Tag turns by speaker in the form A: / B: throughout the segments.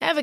A: Ever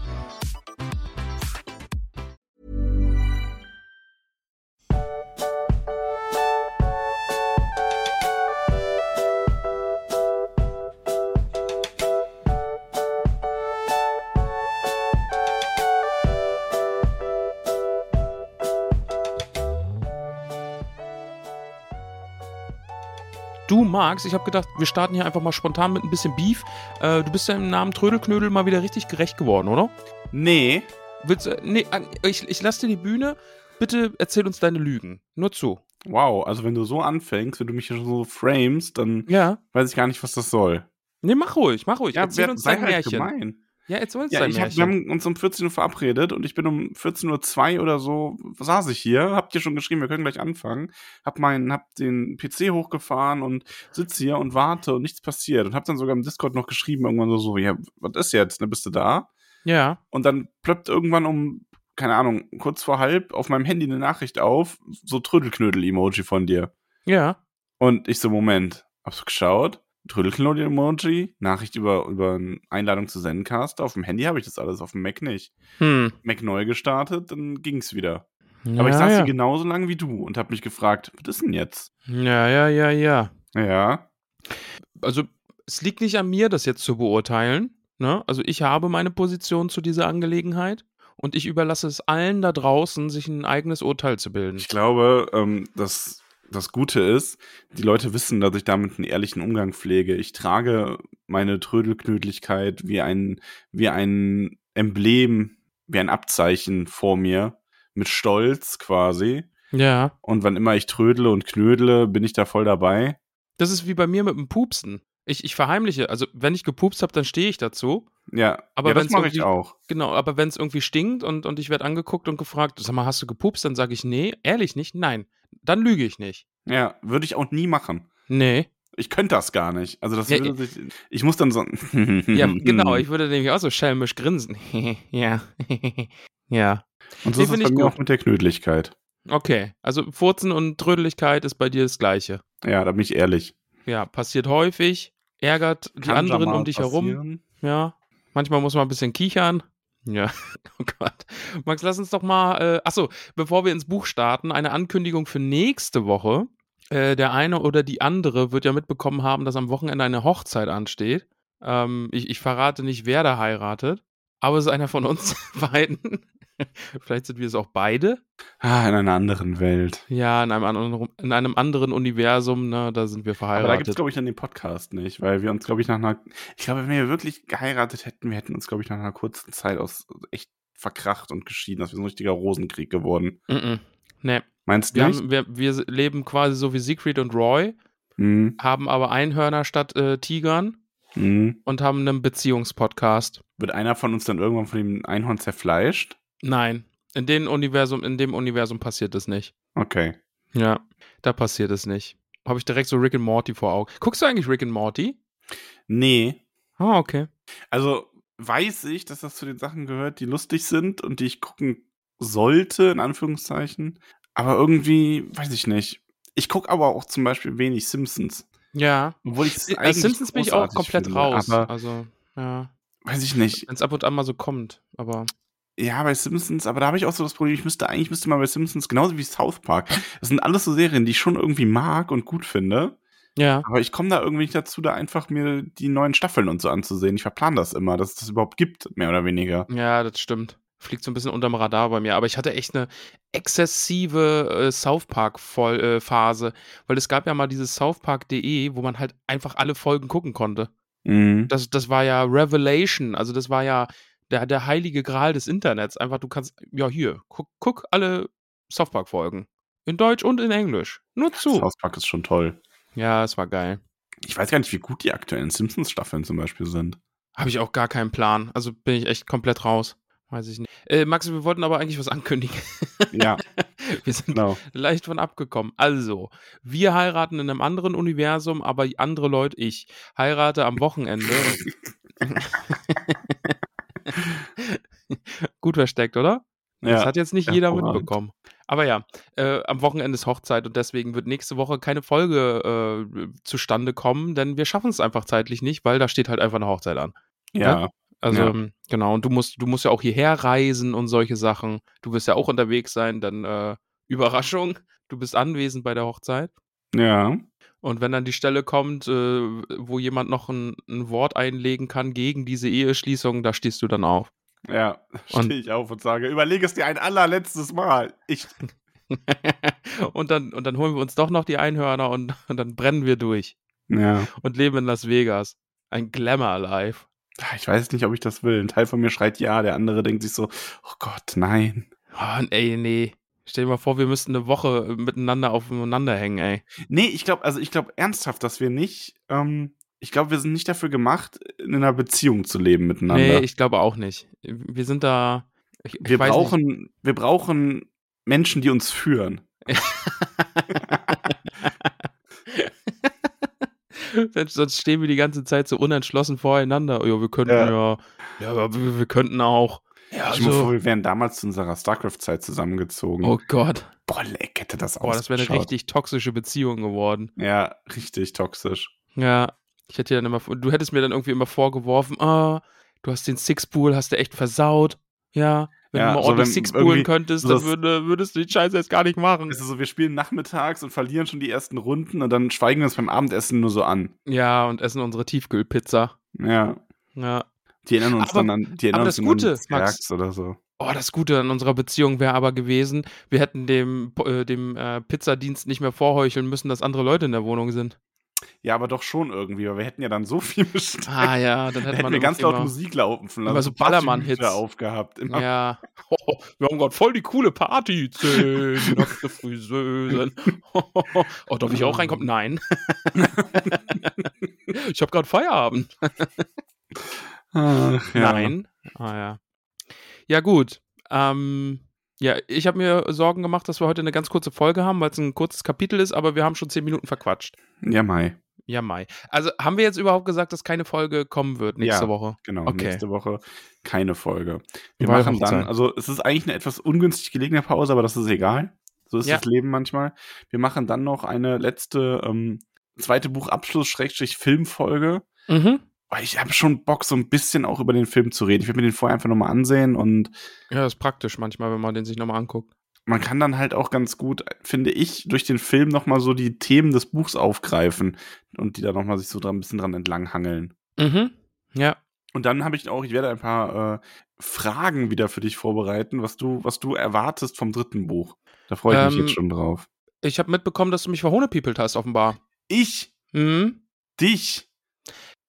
B: du magst. Ich habe gedacht, wir starten hier einfach mal spontan mit ein bisschen Beef. Äh, du bist ja im Namen Trödelknödel mal wieder richtig gerecht geworden, oder?
C: Nee.
B: Willst, äh, nee, äh, ich, ich lasse dir die Bühne. Bitte erzähl uns deine Lügen. Nur zu.
C: Wow, also wenn du so anfängst, wenn du mich hier schon so framest, dann
B: Ja.
C: weiß ich gar nicht, was das soll.
B: Nee, mach ruhig, mach ruhig. erzähl
C: wer-
B: uns
C: sei
B: dein
C: halt
B: Märchen.
C: gemein.
B: Ja, erzähl uns
C: Ja,
B: dein
C: ich hab,
B: Märchen.
C: wir haben uns um 14 Uhr verabredet und ich bin um 14.02 Uhr oder so, saß ich hier, hab dir schon geschrieben, wir können gleich anfangen, hab, meinen, hab den PC hochgefahren und sitz hier und warte und nichts passiert und hab dann sogar im Discord noch geschrieben, irgendwann so, so ja, was ist jetzt, ne, bist du da?
B: ja.
C: Und dann plöppt irgendwann um, keine Ahnung, kurz vor halb auf meinem Handy eine Nachricht auf, so Trödelknödel-Emoji von dir.
B: Ja.
C: Und ich so, Moment, hab so geschaut, Trödelknödel-Emoji, Nachricht über, über eine Einladung zu Zencast, auf dem Handy habe ich das alles, auf dem Mac nicht.
B: Hm.
C: Mac neu gestartet, dann ging's wieder. Aber ich saß
B: ja.
C: hier genauso lang wie du und habe mich gefragt, was ist denn jetzt?
B: Ja, ja, ja, ja.
C: Ja,
B: also es liegt nicht an mir, das jetzt zu beurteilen. Ne? Also ich habe meine Position zu dieser Angelegenheit und ich überlasse es allen da draußen, sich ein eigenes Urteil zu bilden.
C: ich glaube, ähm, dass das Gute ist, die Leute wissen, dass ich damit einen ehrlichen Umgang pflege. Ich trage meine Trödelknödlichkeit wie ein, wie ein Emblem, wie ein Abzeichen vor mir, mit Stolz quasi.
B: Ja.
C: Und wann immer ich trödle und knödle, bin ich da voll dabei.
B: Das ist wie bei mir mit dem Pupsen. Ich, ich verheimliche, also wenn ich gepupst habe, dann stehe ich dazu.
C: Ja,
B: Aber
C: ja das
B: wenn's
C: mache ich
B: irgendwie-
C: auch.
B: Genau, aber wenn es irgendwie stinkt und, und ich werde angeguckt und gefragt, sag mal, hast du gepupst? Dann sage ich, nee, ehrlich nicht, nein. Dann lüge ich nicht.
C: Ja, würde ich auch nie machen.
B: Nee.
C: Ich könnte das gar nicht. Also das
B: Ja,
C: würde sich, ich muss dann so. Mhm,
B: Ja, genau, ich würde nämlich auch so schelmisch grinsen. ja. ja.
C: und
B: nee,
C: so ist es
B: find
C: bei
B: ich
C: mir
B: gut.
C: auch mit der Knödlichkeit.
B: Okay, also Furzen und Trödeligkeit ist bei dir das Gleiche.
C: Ja, da bin ich ehrlich.
B: Ja, passiert häufig, ärgert die
C: Kann schon
B: anderen
C: mal
B: um dich herum.
C: passieren.
B: Ja, manchmal muss man ein bisschen kichern. Ja, oh Gott. Max, lass uns doch mal, äh, achso, bevor wir ins Buch starten, eine Ankündigung für nächste Woche. Äh, der eine oder die andere wird ja mitbekommen haben, dass am Wochenende eine Hochzeit ansteht. Ähm, ich, ich verrate nicht, wer da heiratet, aber es ist einer von uns beiden. Vielleicht sind wir es auch beide.
C: Ah, in einer anderen Welt.
B: Ja, in einem anderen, in einem anderen Universum, ne, da sind wir
C: Aber da gibt es,
B: verheiratet.
C: glaube ich, dann den Podcast nicht, weil wir uns, glaube ich, nach einer. Ich glaube, wenn wir wirklich geheiratet hätten, wir hätten uns, glaube ich, nach einer kurzen Zeit aus echt verkracht und geschieden. Das wäre so ein richtiger Rosenkrieg geworden.
B: Mm-mm. Nee,
C: Meinst du
B: wir,
C: nicht?
B: haben, wir, wir leben quasi so wie Siegfried und Roy,
C: Hm,
B: haben aber Einhörner statt äh, Tigern
C: hm.
B: und haben einen Beziehungspodcast.
C: Wird einer von uns dann irgendwann von dem Einhorn zerfleischt?
B: Nein, in dem Universum, in dem Universum passiert das nicht.
C: Okay.
B: Ja, da passiert es nicht. Habe ich direkt so Rick and Morty vor Augen. Guckst du eigentlich Rick and Morty?
C: Nee,
B: Ah, okay.
C: Also weiß ich, dass das zu den Sachen gehört, die lustig sind und die ich gucken sollte, in Anführungszeichen. Aber irgendwie, weiß ich nicht. Ich gucke aber auch zum Beispiel wenig Simpsons.
B: Ja.
C: Obwohl ich es
B: Bei
C: eigentlich
B: äh, Simpsons bin ich auch
C: großartig
B: komplett
C: finde,
B: raus.
C: Aber
B: also, ja.
C: weiß ich nicht.
B: Wenn es ab und an mal so kommt, aber.
C: Ja, bei Simpsons, aber da habe ich auch so das Problem, ich müsste eigentlich müsste mal bei Simpsons, genauso wie South Park. Das sind alles so Serien, die ich schon irgendwie mag und gut finde.
B: Ja.
C: Aber ich komme da irgendwie nicht dazu, da einfach mir die neuen Staffeln und so anzusehen. Ich verplan das immer, dass es das überhaupt gibt, mehr oder weniger.
B: Ja, das stimmt. Fliegt so ein bisschen unterm Radar bei mir. Aber ich hatte echt eine exzessive äh, South Park-Phase, weil es gab ja mal dieses Southpark.de, wo man halt einfach alle Folgen gucken konnte.
C: Mhm.
B: Das, das war ja Revelation, also das war ja der, der heilige Gral des Internets. Einfach, du kannst, ja, hier, guck, guck alle South Park-Folgen. In Deutsch und in Englisch. Nur zu.
C: South Park ist schon toll.
B: Ja, es war geil.
C: Ich weiß gar nicht, wie gut die aktuellen Simpsons-Staffeln zum Beispiel sind.
B: Habe ich auch gar keinen Plan. Also bin ich echt komplett raus. Weiß ich nicht. Äh, Max, wir wollten aber eigentlich was ankündigen.
C: Ja,
B: Wir sind
C: genau.
B: leicht von abgekommen. Also, wir heiraten in einem anderen Universum, aber andere Leute, ich, heirate am Wochenende. Gut versteckt, oder? Das
C: Ja.
B: hat jetzt nicht jeder
C: hervorragend.
B: mitbekommen. Aber ja, äh, am Wochenende ist Hochzeit und deswegen wird nächste Woche keine Folge äh, zustande kommen, denn wir schaffen es einfach zeitlich nicht, weil da steht halt einfach eine Hochzeit an.
C: Ja.
B: Also
C: Ja.
B: ähm, genau, und du musst, du musst ja auch hierher reisen und solche Sachen. Du wirst ja auch unterwegs sein, dann äh, Überraschung, du bist anwesend bei der Hochzeit.
C: Ja.
B: Und wenn dann die Stelle kommt, äh, wo jemand noch ein, ein Wort einlegen kann gegen diese Eheschließung, da stehst du dann auf.
C: Ja.
B: Und-
C: Stehe ich auf und sage, überlege es dir ein allerletztes Mal. Ich.
B: und, dann, und dann holen wir uns doch noch die Einhörner und, und dann brennen wir durch
C: Ja.
B: und leben in Las Vegas. Ein Glamour-Life.
C: Ich weiß nicht, ob ich das will. Ein Teil von mir schreit ja, der andere denkt sich so, oh Gott, nein.
B: Oh, ey, nee. Stell dir mal vor, wir müssten eine Woche äh, miteinander aufeinander hängen, ey.
C: Nee, ich glaube, also ich glaube ernsthaft, dass wir nicht, ähm, ich glaube, wir sind nicht dafür gemacht, in einer Beziehung zu leben
B: Nee,
C: miteinander.
B: ich glaube auch nicht. Wir sind da. Ich, ich
C: wir
B: weiß nicht.
C: brauchen, wir brauchen Menschen, die uns führen.
B: Sonst, sonst stehen wir die ganze Zeit so unentschlossen voreinander. Oh Ja, wir könnten ja.
C: Ja. also
B: Ja, aber wir, wir könnten auch. Ja,
C: ich mir vor, wir wären damals zu unserer StarCraft-Zeit zusammengezogen.
B: Also oh Gott.
C: Boah, leck, hätte das
B: Boah, das wäre eine
C: ausgeschaut.
B: richtig toxische Beziehung geworden.
C: Ja, richtig toxisch.
B: Ja. Ich hätte ja dann immer, du hättest mir dann irgendwie immer vorgeworfen, ah, du hast den Sixpool, hast du echt versaut. Ja. Wenn
C: Ja,
B: du mal
C: so
B: ordentlich
C: wenn
B: Sixpoolen
C: irgendwie
B: könntest,
C: so
B: dann
C: das-
B: würde, würdest du die Scheiße jetzt gar nicht machen.
C: Es ist so, wir spielen nachmittags und verlieren schon die ersten Runden und dann schweigen wir uns beim Abendessen nur so an.
B: Ja, und essen unsere Tiefkühlpizza.
C: Ja.
B: Ja.
C: Die erinnern uns
B: Aber-
C: dann an, die erinnern
B: aber
C: uns
B: das
C: dann an
B: Gute, Max-
C: Zwergs oder so.
B: Oh, das Gute an unserer Beziehung wäre aber gewesen, wir hätten dem, äh, dem äh, Pizzadienst nicht mehr vorheucheln müssen, dass andere Leute in der Wohnung sind.
C: Ja, aber doch schon irgendwie, weil wir hätten ja dann so viel bestellt.
B: Ah ja, dann
C: Dann
B: hätte
C: hätten
B: man
C: wir ganz
B: irgendwie
C: laut Musik laufen lassen.
B: immer so
C: Party-Mütze
B: Ballermann-Hits.
C: aufgehabt.
B: immer,
C: Immer.
B: Ja. Oh, wir haben gerade voll die coole Party. Zehn nackte Friseusen. Oh, darf ich auch reinkommen? Nein. ich habe gerade Feierabend.
C: Ach, ja.
B: Nein. Ah ja. Ja gut. Ähm, ja, ich habe mir Sorgen gemacht, dass wir heute eine ganz kurze Folge haben, weil es ein kurzes Kapitel ist, aber wir haben schon zehn Minuten verquatscht.
C: Ja, Mai.
B: Ja, Mai. Also haben wir jetzt überhaupt gesagt, dass keine Folge kommen wird nächste
C: Ja.
B: Woche?
C: Genau.
B: Okay.
C: Nächste Woche keine Folge. Wir
B: Weil
C: machen
B: Hochzeit.
C: dann, also es ist eigentlich eine etwas ungünstig gelegene Pause, aber das ist egal. So ist
B: Ja.
C: das Leben manchmal. Wir machen dann noch eine letzte, ähm, zweite Buchabschluss-Filmfolge.
B: Mhm.
C: Weil ich habe schon Bock, so ein bisschen auch über den Film zu reden. Ich will mir den vorher einfach nochmal ansehen und
B: Ja, ist praktisch manchmal, wenn man den sich nochmal anguckt.
C: man kann dann halt auch ganz gut, finde ich, durch den Film nochmal so die Themen des Buchs aufgreifen und die da nochmal sich so dran, ein bisschen dran entlanghangeln.
B: Mhm. Ja.
C: Und dann habe ich auch, ich werde ein paar äh, Fragen wieder für dich vorbereiten, was du, was du erwartest vom dritten Buch. Da freue ich
B: Ähm,
C: mich jetzt schon drauf.
B: Ich habe mitbekommen, dass du mich verhohnepiepelt hast, offenbar.
C: Ich,
B: Mhm.
C: dich.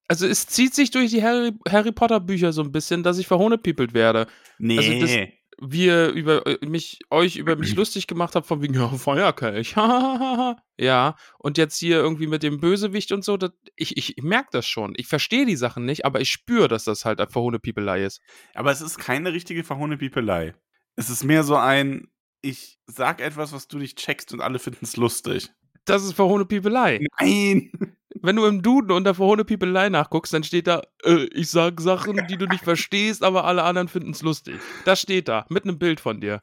B: Also es zieht sich durch die Harry, Harry Potter Bücher so ein bisschen, dass ich verhohnepiepelt werde.
C: Nee.
B: Also das- Wir über äh, mich, euch über mich lustig gemacht habt, von wegen, ja, Feuerkelch. ja. Und jetzt hier irgendwie mit dem Bösewicht und so, das, ich, ich, ich merke das schon. Ich verstehe die Sachen nicht, aber ich spüre, dass das halt Verhohnepiepelei ist.
C: Aber es ist keine richtige verhohne Piepelei. Es ist mehr so ein, ich sag etwas, was du nicht checkst und alle finden es lustig.
B: Das ist Verhohnepiepelei.
C: Nein.
B: Wenn du im Duden unter verhohne Piepelei nachguckst, dann steht da, äh, ich sag Sachen, die du nicht verstehst, aber alle anderen finden's lustig. Das steht da, mit einem Bild von dir.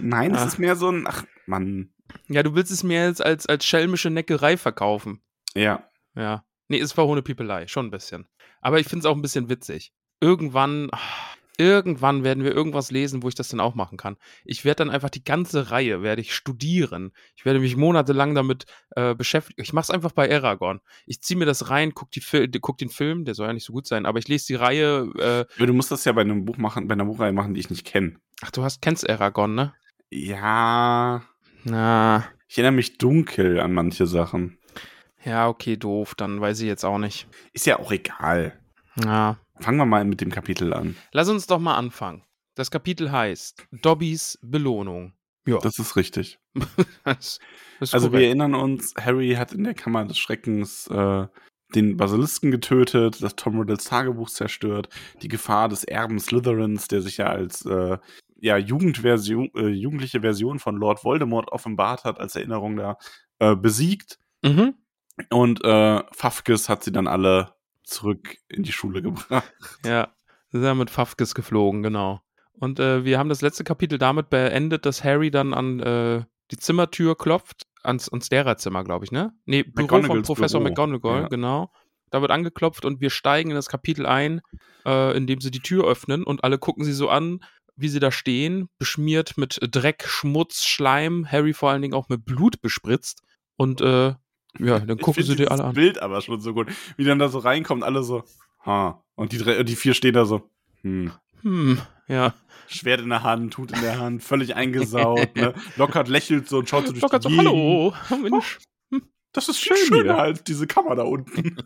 C: Nein, es
B: Ah.
C: ist mehr so ein, ach Mann.
B: Ja, du willst es mir jetzt als, als schelmische Neckerei verkaufen.
C: Ja.
B: Ja. Nee, ist verhohne Piepelei, schon ein bisschen. Aber ich find's auch ein bisschen witzig. Irgendwann, ah, irgendwann werden wir irgendwas lesen, wo ich das dann auch machen kann. Ich werde dann einfach die ganze Reihe, werde ich studieren. Ich werde mich monatelang damit äh, beschäftigen. Ich mach's einfach bei Aragorn. Ich ziehe mir das rein, guck, die Fil guck den Film, der soll ja nicht so gut sein, aber ich lese die Reihe, äh,
C: Aber du musst das ja bei einem Buch machen, bei einer Buchreihe machen, die ich nicht kenne.
B: Ach, du hast, kennst Aragorn, ne?
C: Ja.
B: Na,
C: Ich erinnere mich dunkel an manche Sachen.
B: ja, okay, doof, dann weiß ich jetzt auch nicht.
C: Ist ja auch egal.
B: Ja.
C: Fangen wir mal mit dem Kapitel an.
B: Lass uns doch mal anfangen. Das Kapitel heißt Dobbys Belohnung. Ja,
C: Das ist richtig.
B: das ist
C: Also wir
B: korrekt.
C: erinnern uns, Harry hat in der Kammer des Schreckens äh, den Basilisken getötet, das Tom Riddles Tagebuch zerstört, die Gefahr des Erben Slytherins, der sich ja als äh, ja, Jugendversion, äh, jugendliche Version von Lord Voldemort offenbart hat, als Erinnerung da äh, besiegt.
B: Mhm.
C: Und äh, Fafkes hat sie dann alle zurück in die Schule gebracht.
B: Ja, sie sind ja mit Fafkes geflogen, genau. Und äh, wir haben das letzte Kapitel damit beendet, dass Harry dann an äh, die Zimmertür klopft, ans, ans Lehrerzimmer, glaube ich, ne? Nee, Büro von
C: McGonagalls
B: Professor
C: Büro,
B: McGonagall,
C: ja.
B: genau. Da wird angeklopft und wir steigen in das Kapitel ein, äh, indem sie die Tür öffnen und alle gucken sie so an, wie sie da stehen, beschmiert mit Dreck, Schmutz, Schleim, Harry vor allen Dingen auch mit Blut bespritzt. Und äh, ja, dann
C: Ich
B: gucken
C: find
B: sie dir
C: dieses
B: alle an.
C: Bild aber schon so gut. Wie dann da so reinkommt, alle so, ha. Und die, drei, die vier stehen da so, hm.
B: Hm, ja.
C: Schwert in der Hand, Hut in der Hand, völlig eingesaut. ne? Lockert lächelt so und schaut so durch
B: Locker
C: die
B: so,
C: Gegend.
B: hallo, Mensch.
C: Das ist
B: Schön
C: schön schöner
B: hier.
C: als diese Kammer da unten.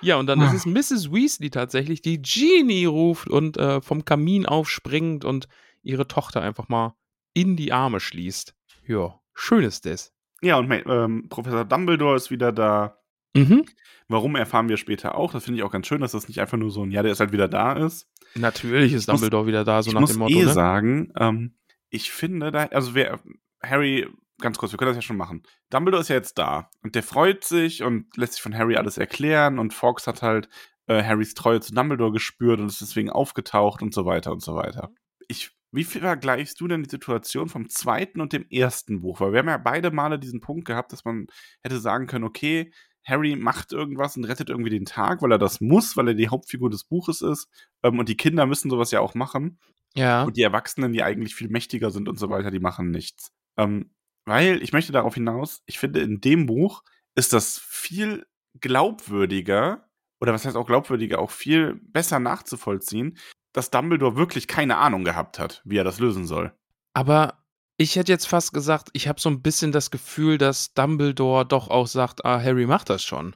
B: Ja, und dann
C: Ah.
B: ist es Mrs. Weasley tatsächlich, die Genie ruft und äh, vom Kamin aufspringt und ihre Tochter einfach mal in die Arme schließt. Ja, schön ist das.
C: Ja, und mein- ähm, Professor Dumbledore ist wieder da.
B: Mhm.
C: Warum erfahren wir später auch? Das finde ich auch ganz schön, dass das nicht einfach nur so ein Ja, der ist halt wieder da ist.
B: Natürlich ist
C: muss-
B: Dumbledore wieder da, so
C: ich
B: nach
C: muss
B: dem Motto.
C: eh
B: ne?
C: sagen, ähm, ich finde da, also wer, Harry, ganz kurz, wir können das ja schon machen. Dumbledore ist ja jetzt da und der freut sich und lässt sich von Harry alles erklären und Fox hat halt äh, Harrys Treue zu Dumbledore gespürt und ist deswegen aufgetaucht und so weiter und so weiter. Ich, wie viel vergleichst du denn die Situation vom zweiten und dem ersten Buch? Weil wir haben ja beide Male diesen Punkt gehabt, dass man hätte sagen können, okay, Harry macht irgendwas und rettet irgendwie den Tag, weil er das muss, weil er die Hauptfigur des Buches ist. Ähm, und die Kinder müssen sowas ja auch machen.
B: Ja.
C: Und die Erwachsenen, die eigentlich viel mächtiger sind und so weiter, die machen nichts. Ähm, weil ich möchte darauf hinaus, ich finde, in dem Buch ist das viel glaubwürdiger, oder was heißt auch glaubwürdiger, auch viel besser nachzuvollziehen, dass Dumbledore wirklich keine Ahnung gehabt hat, wie er das lösen soll.
B: Aber ich hätte jetzt fast gesagt, ich habe so ein bisschen das Gefühl, dass Dumbledore doch auch sagt, ah, Harry macht das schon.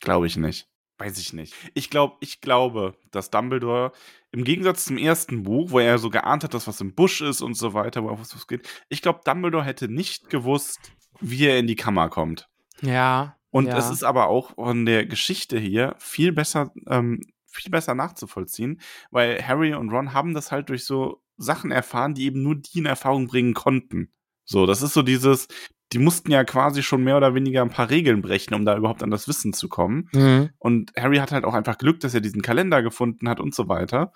C: Glaube ich nicht. Weiß ich nicht. Ich glaube, ich glaube, dass Dumbledore im Gegensatz zum ersten Buch, wo er so geahnt hat, dass was im Busch ist und so weiter, wo auf was geht, ich glaube, Dumbledore hätte nicht gewusst, wie er in die Kammer kommt.
B: Ja.
C: Und
B: ja.
C: es ist aber auch von der Geschichte hier viel besser, ähm, viel besser nachzuvollziehen, weil Harry und Ron haben das halt durch so Sachen erfahren, die eben nur die in Erfahrung bringen konnten. So, das ist so dieses, die mussten ja quasi schon mehr oder weniger ein paar Regeln brechen, um da überhaupt an das Wissen zu kommen.
B: Mhm.
C: Und Harry hat halt auch einfach Glück, dass er diesen Kalender gefunden hat und so weiter.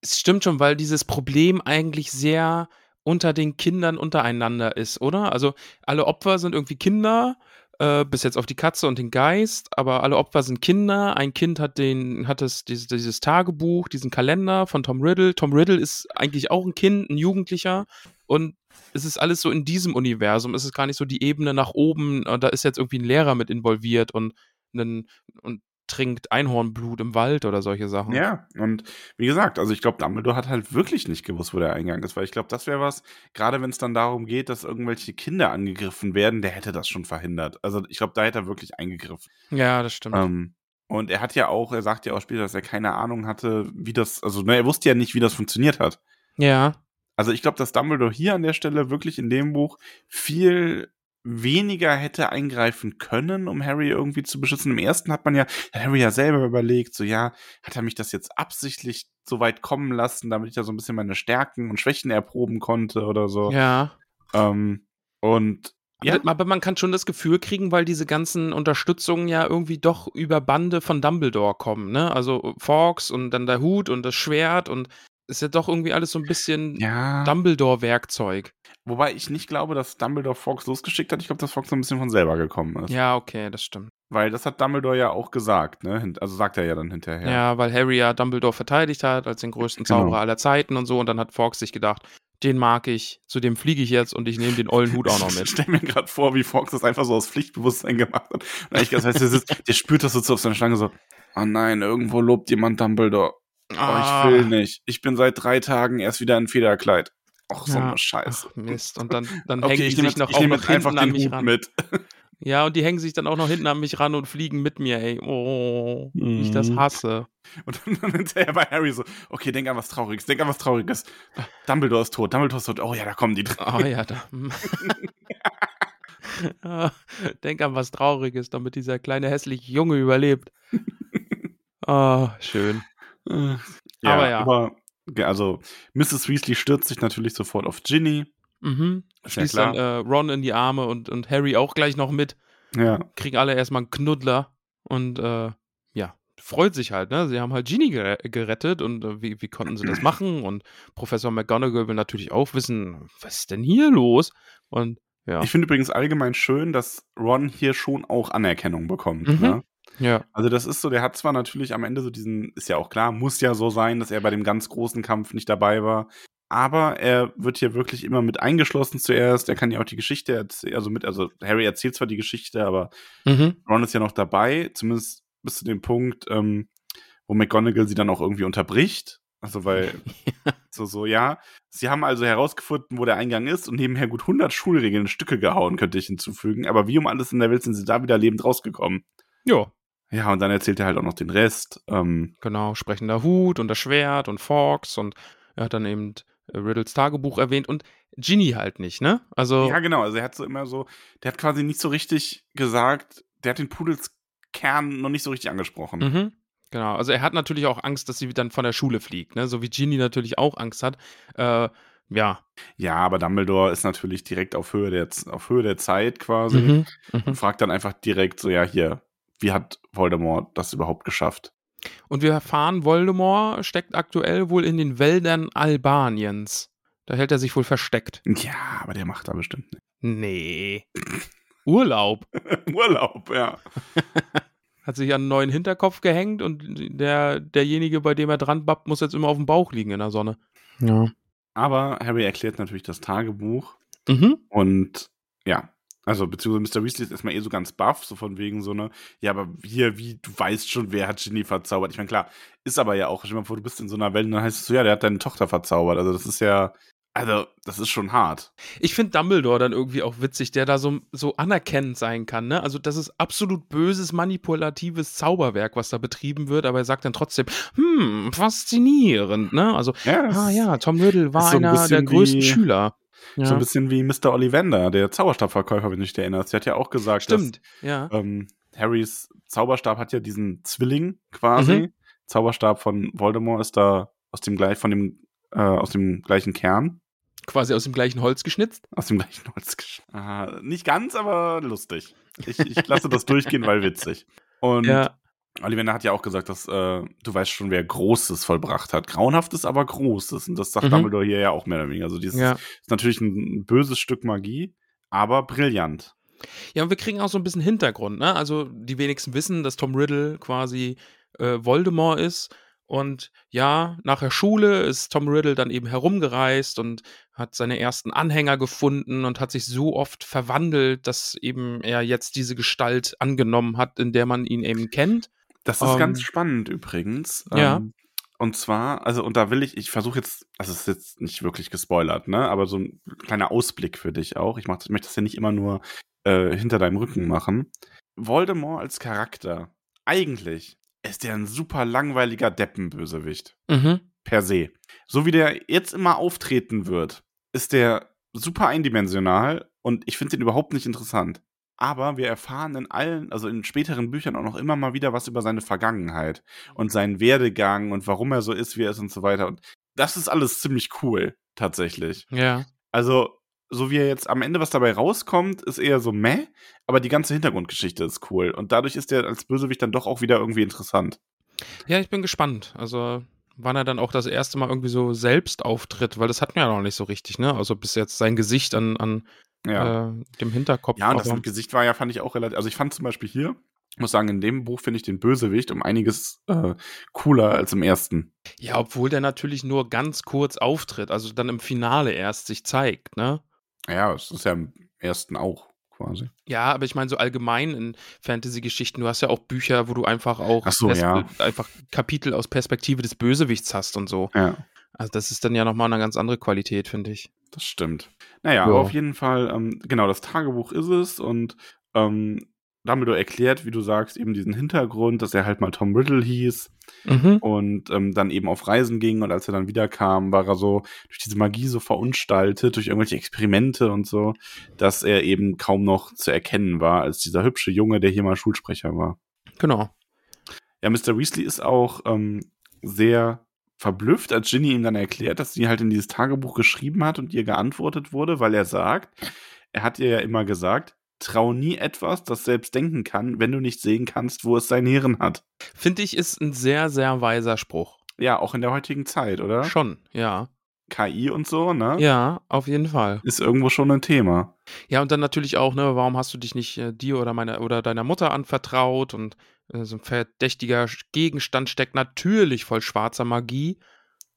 B: Es stimmt schon, weil dieses Problem eigentlich sehr unter den Kindern untereinander ist, oder? Also alle Opfer sind irgendwie Kinder, äh, bis jetzt auf die Katze und den Geist, aber alle Opfer sind Kinder. Ein Kind hat den, hat das, dieses, dieses Tagebuch, diesen Kalender von Tom Riddle. Tom Riddle ist eigentlich auch ein Kind, ein Jugendlicher. Und es ist alles so in diesem Universum. Es ist gar nicht so die Ebene nach oben. äh, Da ist jetzt irgendwie ein Lehrer mit involviert und, ein, und trinkt Einhornblut im Wald oder solche Sachen.
C: Ja, und wie gesagt, also ich glaube, Dumbledore hat halt wirklich nicht gewusst, wo der Eingang ist, weil ich glaube, das wäre was, gerade wenn es dann darum geht, dass irgendwelche Kinder angegriffen werden, der hätte das schon verhindert. Also ich glaube, da hätte er wirklich eingegriffen.
B: ja das stimmt.
C: Ähm, und er hat ja auch, er sagt ja auch später, dass er keine Ahnung hatte, wie das, also ne, er wusste ja nicht, wie das funktioniert hat.
B: Ja.
C: Also ich glaube, dass Dumbledore hier an der Stelle wirklich in dem Buch viel weniger hätte eingreifen können, um Harry irgendwie zu beschützen. Im ersten hat man ja, hat Harry ja selber überlegt, so ja, hat er mich das jetzt absichtlich so weit kommen lassen, damit ich da so ein bisschen meine Stärken und Schwächen erproben konnte oder so. Ne?
B: Ja.
C: Ähm, und Ja.
B: Aber- Aber man kann schon das Gefühl kriegen, weil diese ganzen Unterstützungen ja irgendwie doch über Bande von Dumbledore kommen, ne? Also Fox und dann der Hut und das Schwert und ist ja doch irgendwie alles so ein bisschen
C: ja,
B: Dumbledore-Werkzeug.
C: wobei ich nicht glaube, dass Dumbledore Fox losgeschickt hat. Ich glaube, dass Fox so ein bisschen von selber gekommen ist.
B: Ja, okay, das stimmt.
C: Weil das hat Dumbledore ja auch gesagt, ne? Hin- Also sagt er ja dann hinterher.
B: Ja. weil Harry ja Dumbledore verteidigt hat als den größten
C: Genau.
B: Zauberer aller Zeiten und so und dann hat Fox sich gedacht, den mag ich, zu dem fliege ich jetzt und ich nehme den ollen Hut auch noch
C: Ich
B: mit.
C: stelle mir gerade vor, wie Fox das einfach so aus Pflichtbewusstsein gemacht hat. Und eigentlich ganz heißt, der, sitzt, der spürt das so zu auf seiner Schlange so, oh nein, irgendwo lobt jemand Dumbledore. Aber Oh,
B: Ah,
C: ich will nicht. Ich bin seit drei Tagen erst wieder in Federkleid. Och, so
B: Ja.
C: eine Scheiße.
B: Ach, Mist, und dann, dann hängen
C: Okay,
B: die
C: ich nehme
B: sich
C: jetzt,
B: noch
C: ich
B: auch
C: nehm
B: noch
C: jetzt
B: hinten
C: einfach
B: an
C: den
B: mich
C: Hut
B: ran.
C: mit.
B: Ja, und die hängen sich dann auch noch hinten an mich ran und fliegen mit mir, ey. Oh, wie ich das
C: Mhm.
B: hasse.
C: Und dann hinterher bei Harry so, okay, denk an was Trauriges, denk an was Trauriges.
B: Ah,
C: Dumbledore ist tot, Dumbledore ist tot. Oh ja, da kommen die dran.
B: Oh ja, da. Ja, Denk an was Trauriges, damit dieser kleine hässliche Junge überlebt. Ah, schön.
C: Ja,
B: Äh, Aber ja.
C: Aber, ge- also, Mrs. Weasley stürzt sich natürlich sofort auf Ginny.
B: Mhm.
C: Ist
B: Schließt dann äh, Ron in die Arme und, und Harry auch gleich noch mit.
C: Ja,
B: Kriegen alle erstmal einen Knuddler und äh, ja, freut sich halt, ne? Sie haben halt Ginny gere- gerettet und äh, wie, wie konnten sie das machen? Und Professor McGonagall will natürlich auch wissen, was ist denn hier los? Und ja,
C: Ich finde übrigens allgemein schön, dass Ron hier schon auch Anerkennung bekommt.
B: Mhm.
C: Ne?
B: ja,
C: Also das ist so, der hat zwar natürlich am Ende so diesen, ist ja auch klar, muss ja so sein, dass er bei dem ganz großen Kampf nicht dabei war. Aber er wird hier wirklich immer mit eingeschlossen zuerst. Er kann ja auch die Geschichte erzählen, also mit, also Harry erzählt zwar die Geschichte, aber
B: mhm.
C: Ron ist ja noch dabei, zumindest bis zu dem Punkt, ähm, wo McGonagall sie dann auch irgendwie unterbricht. Also weil so so ja, sie haben also herausgefunden, wo der Eingang ist und nebenher gut 100 Schulregeln in Stücke gehauen, könnte ich hinzufügen. Aber wie um alles in der Welt sind sie da wieder lebend rausgekommen.
B: ja,
C: Ja und dann erzählt er halt auch noch den Rest. Ähm,
B: genau, sprechender Hut und das Schwert und Fox und er hat dann eben äh, Riddles Tagebuch erwähnt und Ginny halt nicht, ne? Also,
C: Ja genau, also er hat so immer so, der hat quasi nicht so richtig gesagt, der hat den Pudels Kern noch nicht so richtig angesprochen.
B: Mhm. Genau, also er hat natürlich auch Angst, dass sie dann von der Schule fliegt, ne? So wie Ginny natürlich auch Angst hat. Äh, ja.
C: Ja, aber Dumbledore ist natürlich direkt auf Höhe der Z- auf Höhe der Zeit quasi.
B: Mhm.
C: und fragt dann einfach direkt so, ja, hier, wie hat Voldemort das überhaupt geschafft?
B: Und wir erfahren, Voldemort steckt aktuell wohl in den Wäldern Albaniens. Da hält er sich wohl versteckt.
C: Ja, aber der macht da bestimmt
B: Nee.
C: nicht.
B: Urlaub.
C: Urlaub, ja.
B: Hat sich an einen neuen Hinterkopf gehängt und der, derjenige, bei dem er dran bappt, muss jetzt immer auf dem Bauch liegen in der Sonne. Ja.
C: Aber Harry erklärt natürlich das Tagebuch
B: Mhm.
C: und ja, also beziehungsweise Mr. Weasley ist erstmal eh so ganz baff, so von wegen so eine, ja, aber hier, wie, du weißt schon, wer hat Ginny verzaubert. Ich meine, klar, ist aber ja auch, stell dir mal vor, du bist in so einer Welt und dann heißt es so, ja, der hat deine Tochter verzaubert. Also das ist ja, also das ist schon hart.
B: Ich finde Dumbledore dann irgendwie auch witzig, der da so, so anerkennend sein kann. Ne? Also, das ist absolut böses, manipulatives Zauberwerk, was da betrieben wird, aber er sagt dann trotzdem, hm, faszinierend. Ne? Also,
C: Ja, das
B: ah
C: ist
B: ja, Tom Riddle war
C: ist so ein
B: einer der
C: bisschen
B: größten
C: wie-
B: Schüler. Ja.
C: So ein bisschen wie Mr. Ollivander, der Zauberstabverkäufer, wenn du dich erinnerst. Der hat ja auch gesagt, dass
B: Stimmt, ja.
C: ähm, Harrys Zauberstab hat ja diesen Zwilling quasi.
B: Mhm.
C: Zauberstab von Voldemort ist da aus dem gleich von dem äh, aus dem gleichen Kern,
B: Quasi aus dem gleichen Holz geschnitzt.
C: aus dem gleichen Holz. gesch- Ah, nicht ganz, aber lustig. Ich, ich lasse das durchgehen, weil witzig. Und
B: Ja.
C: Ollivander hat ja auch gesagt, dass äh, du weißt schon, wer Großes vollbracht hat. Grauenhaftes, aber Großes. Und das sagt
B: Mhm.
C: Dumbledore hier ja auch mehr oder weniger. Also dieses
B: Ja.
C: ist natürlich ein böses Stück Magie, aber brillant.
B: ja, und wir kriegen auch so ein bisschen Hintergrund. Ne? Also, die wenigsten wissen, dass Tom Riddle quasi äh, Voldemort ist. Und ja, nach der Schule ist Tom Riddle dann eben herumgereist und hat seine ersten Anhänger gefunden und hat sich so oft verwandelt, dass eben er jetzt diese Gestalt angenommen hat, in der man ihn eben kennt.
C: Das ist
B: Ähm,
C: ganz spannend übrigens.
B: ja.
C: Ähm, und zwar, also, und da will ich, ich versuche jetzt, also es ist jetzt nicht wirklich gespoilert, ne? Aber so ein kleiner Ausblick für dich auch. Ich, mach, das- ich möchte das ja nicht immer nur äh, hinter deinem Rücken machen. Voldemort als Charakter, eigentlich ist der ein super langweiliger Deppenbösewicht.
B: Mhm.
C: Per se. So wie der jetzt immer auftreten wird, ist der super eindimensional und ich finde den überhaupt nicht interessant. Aber wir erfahren in allen, also in späteren Büchern auch noch immer mal wieder was über seine Vergangenheit und seinen Werdegang und warum er so ist, wie er ist und so weiter. Und das ist alles ziemlich cool, tatsächlich.
B: Ja.
C: Also, so wie er jetzt am Ende was dabei rauskommt, ist eher so meh, aber die ganze Hintergrundgeschichte ist cool. Und dadurch ist er als Bösewicht dann doch auch wieder irgendwie interessant.
B: Ja, ich bin gespannt. Also, wann er dann auch das erste Mal irgendwie so selbst auftritt, weil das hatten wir ja noch nicht so richtig, ne? Also bis jetzt sein Gesicht an, an
C: Ja.
B: äh, dem Hinterkopf.
C: Ja, und das
B: aber-
C: mit Gesicht war ja, fand ich auch relativ. Also ich fand zum Beispiel hier, muss sagen, in dem Buch finde ich den Bösewicht um einiges äh, cooler als im ersten.
B: ja, obwohl der natürlich nur ganz kurz auftritt, also dann im Finale erst sich zeigt, ne?
C: Ja, es ist ja im ersten auch quasi.
B: Ja, aber ich meine, so allgemein in Fantasy-Geschichten, du hast ja auch Bücher, wo du einfach auch
C: Ach so,
B: Pers-
C: ja.
B: einfach Kapitel aus Perspektive des Bösewichts hast und so.
C: Ja,
B: Also das ist dann ja nochmal eine ganz andere Qualität, finde ich.
C: das stimmt. Naja,
B: Ja.
C: aber auf jeden Fall, ähm, genau, das Tagebuch ist es und ähm, Dumbledore erklärt, wie du sagst, eben diesen Hintergrund, dass er halt mal Tom Riddle hieß
B: Mhm.
C: und ähm, dann eben auf Reisen ging und als er dann wiederkam, war er so durch diese Magie so verunstaltet, durch irgendwelche Experimente und so, dass er eben kaum noch zu erkennen war als dieser hübsche Junge, der hier mal Schulsprecher war.
B: Genau.
C: Ja, Mr. Weasley ist auch ähm, sehr verblüfft, als Ginny ihm dann erklärt, dass sie halt in dieses Tagebuch geschrieben hat und ihr geantwortet wurde, weil er sagt, er hat ihr ja immer gesagt, trau nie etwas, das selbst denken kann, wenn du nicht sehen kannst, wo es sein Hirn hat.
B: Finde ich, ist ein sehr, sehr weiser Spruch.
C: Ja, auch in der heutigen Zeit, oder?
B: Schon, ja.
C: KI und so, ne?
B: Ja, auf jeden Fall.
C: Ist irgendwo schon ein Thema.
B: Ja, und dann natürlich auch, ne, warum hast du dich nicht äh, dir oder meiner oder deiner Mutter anvertraut und äh, so ein verdächtiger Sch- Gegenstand steckt natürlich voll schwarzer Magie.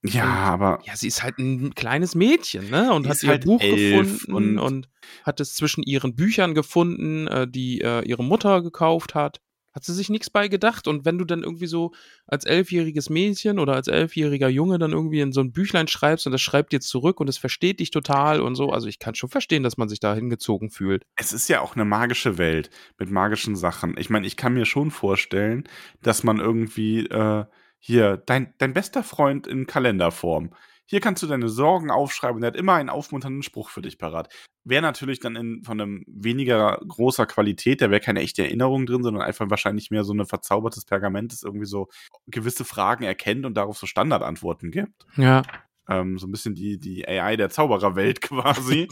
C: Ja,
B: Und-
C: aber
B: Ja, sie ist halt ein kleines Mädchen, ne? Und
C: Sie
B: hat
C: ist
B: ihr
C: halt
B: Buch
C: elf
B: gefunden und,
C: und-
B: hat es zwischen ihren Büchern gefunden, äh, die äh, ihre Mutter gekauft hat. Hat sie sich nichts bei gedacht. Und wenn du dann irgendwie so als elfjähriges Mädchen oder als elfjähriger Junge dann irgendwie in so ein Büchlein schreibst und das schreibt dir zurück und es versteht dich total und so, also ich kann schon verstehen, dass man sich da hingezogen fühlt.
C: es ist ja auch eine magische Welt mit magischen Sachen. Ich meine, ich kann mir schon vorstellen, dass man irgendwie äh, hier dein, dein bester Freund in Kalenderform. Hier kannst du deine Sorgen aufschreiben und er hat immer einen aufmunternden Spruch für dich parat. Wäre natürlich dann in, von einem weniger großer Qualität, da wäre keine echte Erinnerung drin, sondern einfach wahrscheinlich mehr so ein verzaubertes Pergament, das irgendwie so gewisse Fragen erkennt und darauf so Standardantworten gibt.
B: Ja.
C: Ähm, so ein bisschen die, die AI der Zaubererwelt quasi.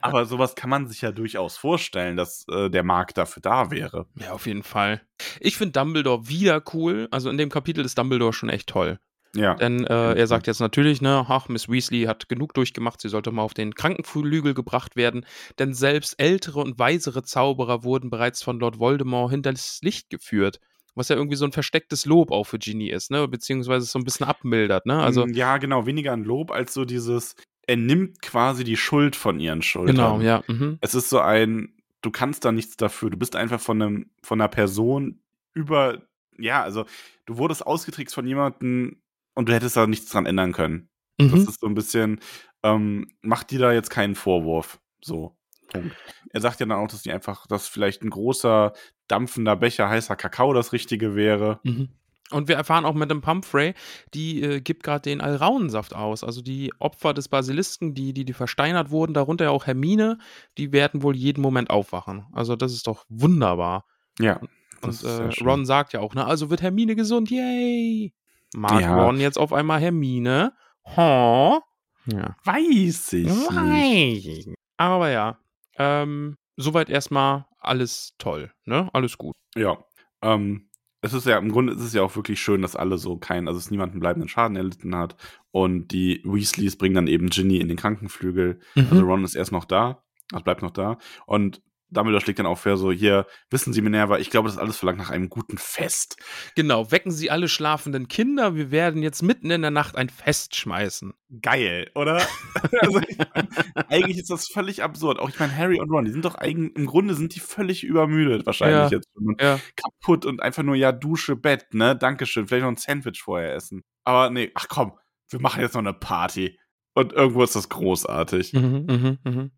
C: Aber sowas kann man sich ja durchaus vorstellen, dass äh, der Markt dafür da wäre.
B: Ja, auf jeden Fall. Ich finde Dumbledore wieder cool. Also in dem Kapitel ist Dumbledore schon echt toll.
C: Ja.
B: Denn äh, er sagt jetzt natürlich, ne, ach, Miss Weasley hat genug durchgemacht, sie sollte mal auf den Krankenflügel gebracht werden, denn selbst ältere und weisere Zauberer wurden bereits von Lord Voldemort hinters Licht geführt. Was ja irgendwie so ein verstecktes Lob auch für Genie ist, ne? Beziehungsweise es so ein bisschen abmildert, ne? Also,
C: Mm, ja, genau, weniger ein Lob als so dieses, er nimmt quasi die Schuld von ihren Schultern.
B: genau, ja. Mhm.
C: Es ist so ein, du kannst da nichts dafür. Du bist einfach von einem, von einer Person über, ja, also du wurdest ausgetrickst von jemandem und du hättest da nichts dran ändern können. Das
B: Mhm.
C: ist so ein bisschen, ähm, macht dir da jetzt keinen Vorwurf. So. Punkt. Er sagt ja dann auch, dass die einfach, dass vielleicht ein großer, dampfender Becher heißer Kakao das Richtige wäre.
B: Mhm. Und wir erfahren auch mit dem Pumphrey, die äh, gibt gerade den Alraunensaft aus. Also die Opfer des Basilisken, die, die, die versteinert wurden, darunter ja auch Hermine, die werden wohl jeden Moment aufwachen. Also das ist doch wunderbar.
C: Ja.
B: Und
C: das ist sehr
B: äh,
C: schön.
B: Ron sagt ja auch, ne, also wird Hermine gesund, yay! Mag
C: Ja.
B: Ron jetzt auf einmal Hermine? Ha? Ja.
C: Weiß ich. Nicht.
B: Nein. Aber ja, ähm, soweit erstmal alles toll, ne? Alles gut.
C: Ja. Ähm, es ist ja, im Grunde ist es ja auch wirklich schön, dass alle so keinen, also es niemanden bleibenden Schaden erlitten hat. Und die Weasleys bringen dann eben Ginny in den Krankenflügel. Also Ron ist erst noch da, also bleibt noch da. Und Dumbledore schlägt dann auch fair so, hier, wissen Sie, Minerva, ich glaube, das alles verlangt nach einem guten Fest.
B: Genau, wecken Sie alle schlafenden Kinder, wir werden jetzt mitten in der Nacht ein Fest schmeißen.
C: geil, oder? also, ich mein, eigentlich ist das völlig absurd. Auch ich meine, Harry und Ron, die sind doch eigentlich, im Grunde sind die völlig übermüdet wahrscheinlich
B: Ja,
C: jetzt schon und
B: ja.
C: kaputt und einfach nur, ja, Dusche, Bett, ne? Dankeschön, vielleicht noch ein Sandwich vorher essen. Aber nee, ach komm, wir machen jetzt noch eine Party. Und irgendwo ist das großartig.
B: Mhm, mhm, mhm.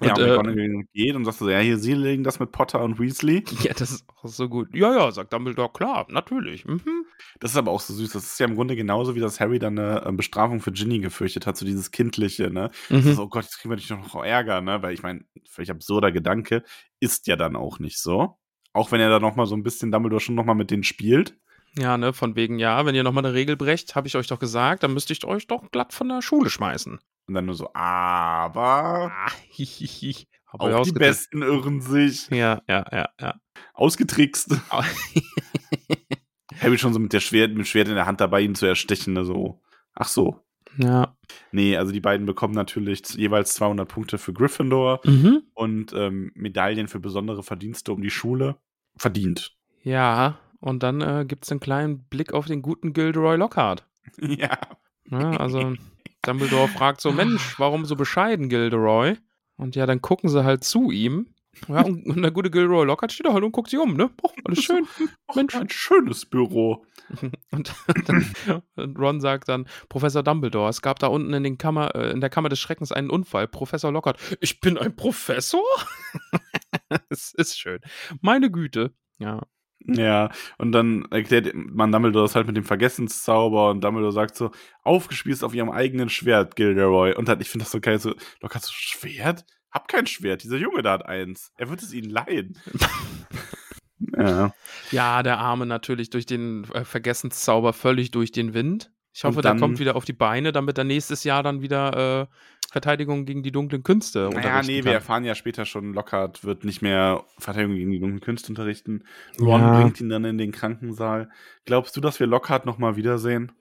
C: ja,
B: Und,
C: und
B: äh,
C: McGonagall geht und sagt so, ja, hier, sie legen das mit Potter und Weasley.
B: ja, das ist auch so gut. Ja, ja, sagt Dumbledore, klar, natürlich. Mhm.
C: Das ist aber auch so süß. Das ist ja im Grunde genauso, wie dass Harry dann eine äh, Bestrafung für Ginny gefürchtet hat, so dieses Kindliche, ne? Das ist,
B: Mhm.
C: oh Gott, jetzt kriegen wir natürlich noch Ärger, ne? Weil ich meine, völlig absurder Gedanke ist ja dann auch nicht so. Auch wenn er da noch mal so ein bisschen Dumbledore schon noch mal mit denen spielt.
B: Ja, ne, von wegen, ja, wenn ihr nochmal eine Regel brecht, habe ich euch doch gesagt, dann müsste ich euch doch glatt von der Schule schmeißen.
C: Und dann nur so, aber
B: Ah, hihihi. Hab euch
C: auch die
B: ausgetrickst.
C: Besten irren sich.
B: Ja, ja, ja, ja.
C: Ausgetrickst. Harry schon so mit, der Schwert, mit Schwert in der Hand dabei, ihn zu erstechen. Ne? So, ach so.
B: ja.
C: Nee, also die beiden bekommen natürlich z- jeweils 200 Punkte für Gryffindor
B: Mhm.
C: und ähm, Medaillen für besondere Verdienste um die Schule. Verdient.
B: Ja, und dann äh, gibt es einen kleinen Blick auf den guten Gilderoy Lockhart.
C: Ja.
B: Ja, also Dumbledore fragt so, Mensch, warum so bescheiden, Gilderoy? Und ja, dann gucken sie halt zu ihm. Ja, und, und der gute Gilderoy Lockhart steht da halt und guckt sich um, ne? Oh, alles schön. Mensch.
C: Ein schönes Büro.
B: Und, dann, und Ron sagt dann, Professor Dumbledore, es gab da unten in, den Kammer, äh, in der Kammer des Schreckens einen Unfall. Professor Lockhart, ich bin ein Professor? es ist schön. Meine Güte. Ja.
C: Ja, und dann erklärt man Dumbledore das halt mit dem Vergessenszauber und Dumbledore sagt so, aufgespießt auf ihrem eigenen Schwert, Gilderoy. Und dann, ich finde das so geil, so, Doc hast du Schwert? Hab kein Schwert, dieser Junge da hat eins. Er wird es ihnen leihen. ja.
B: Ja, der Arme natürlich durch den äh, Vergessenszauber völlig durch den Wind. Ich hoffe,
C: Und dann-
B: der kommt wieder auf die Beine, damit er nächstes Jahr dann wieder äh, Verteidigung gegen die dunklen Künste
C: Naja,
B: unterrichten
C: nee, wir
B: kann.
C: erfahren ja später schon, Lockhart wird nicht mehr Verteidigung gegen die dunklen Künste unterrichten. Ron
B: Ja.
C: bringt ihn dann in den Krankensaal. Glaubst du, dass wir Lockhart nochmal wiedersehen?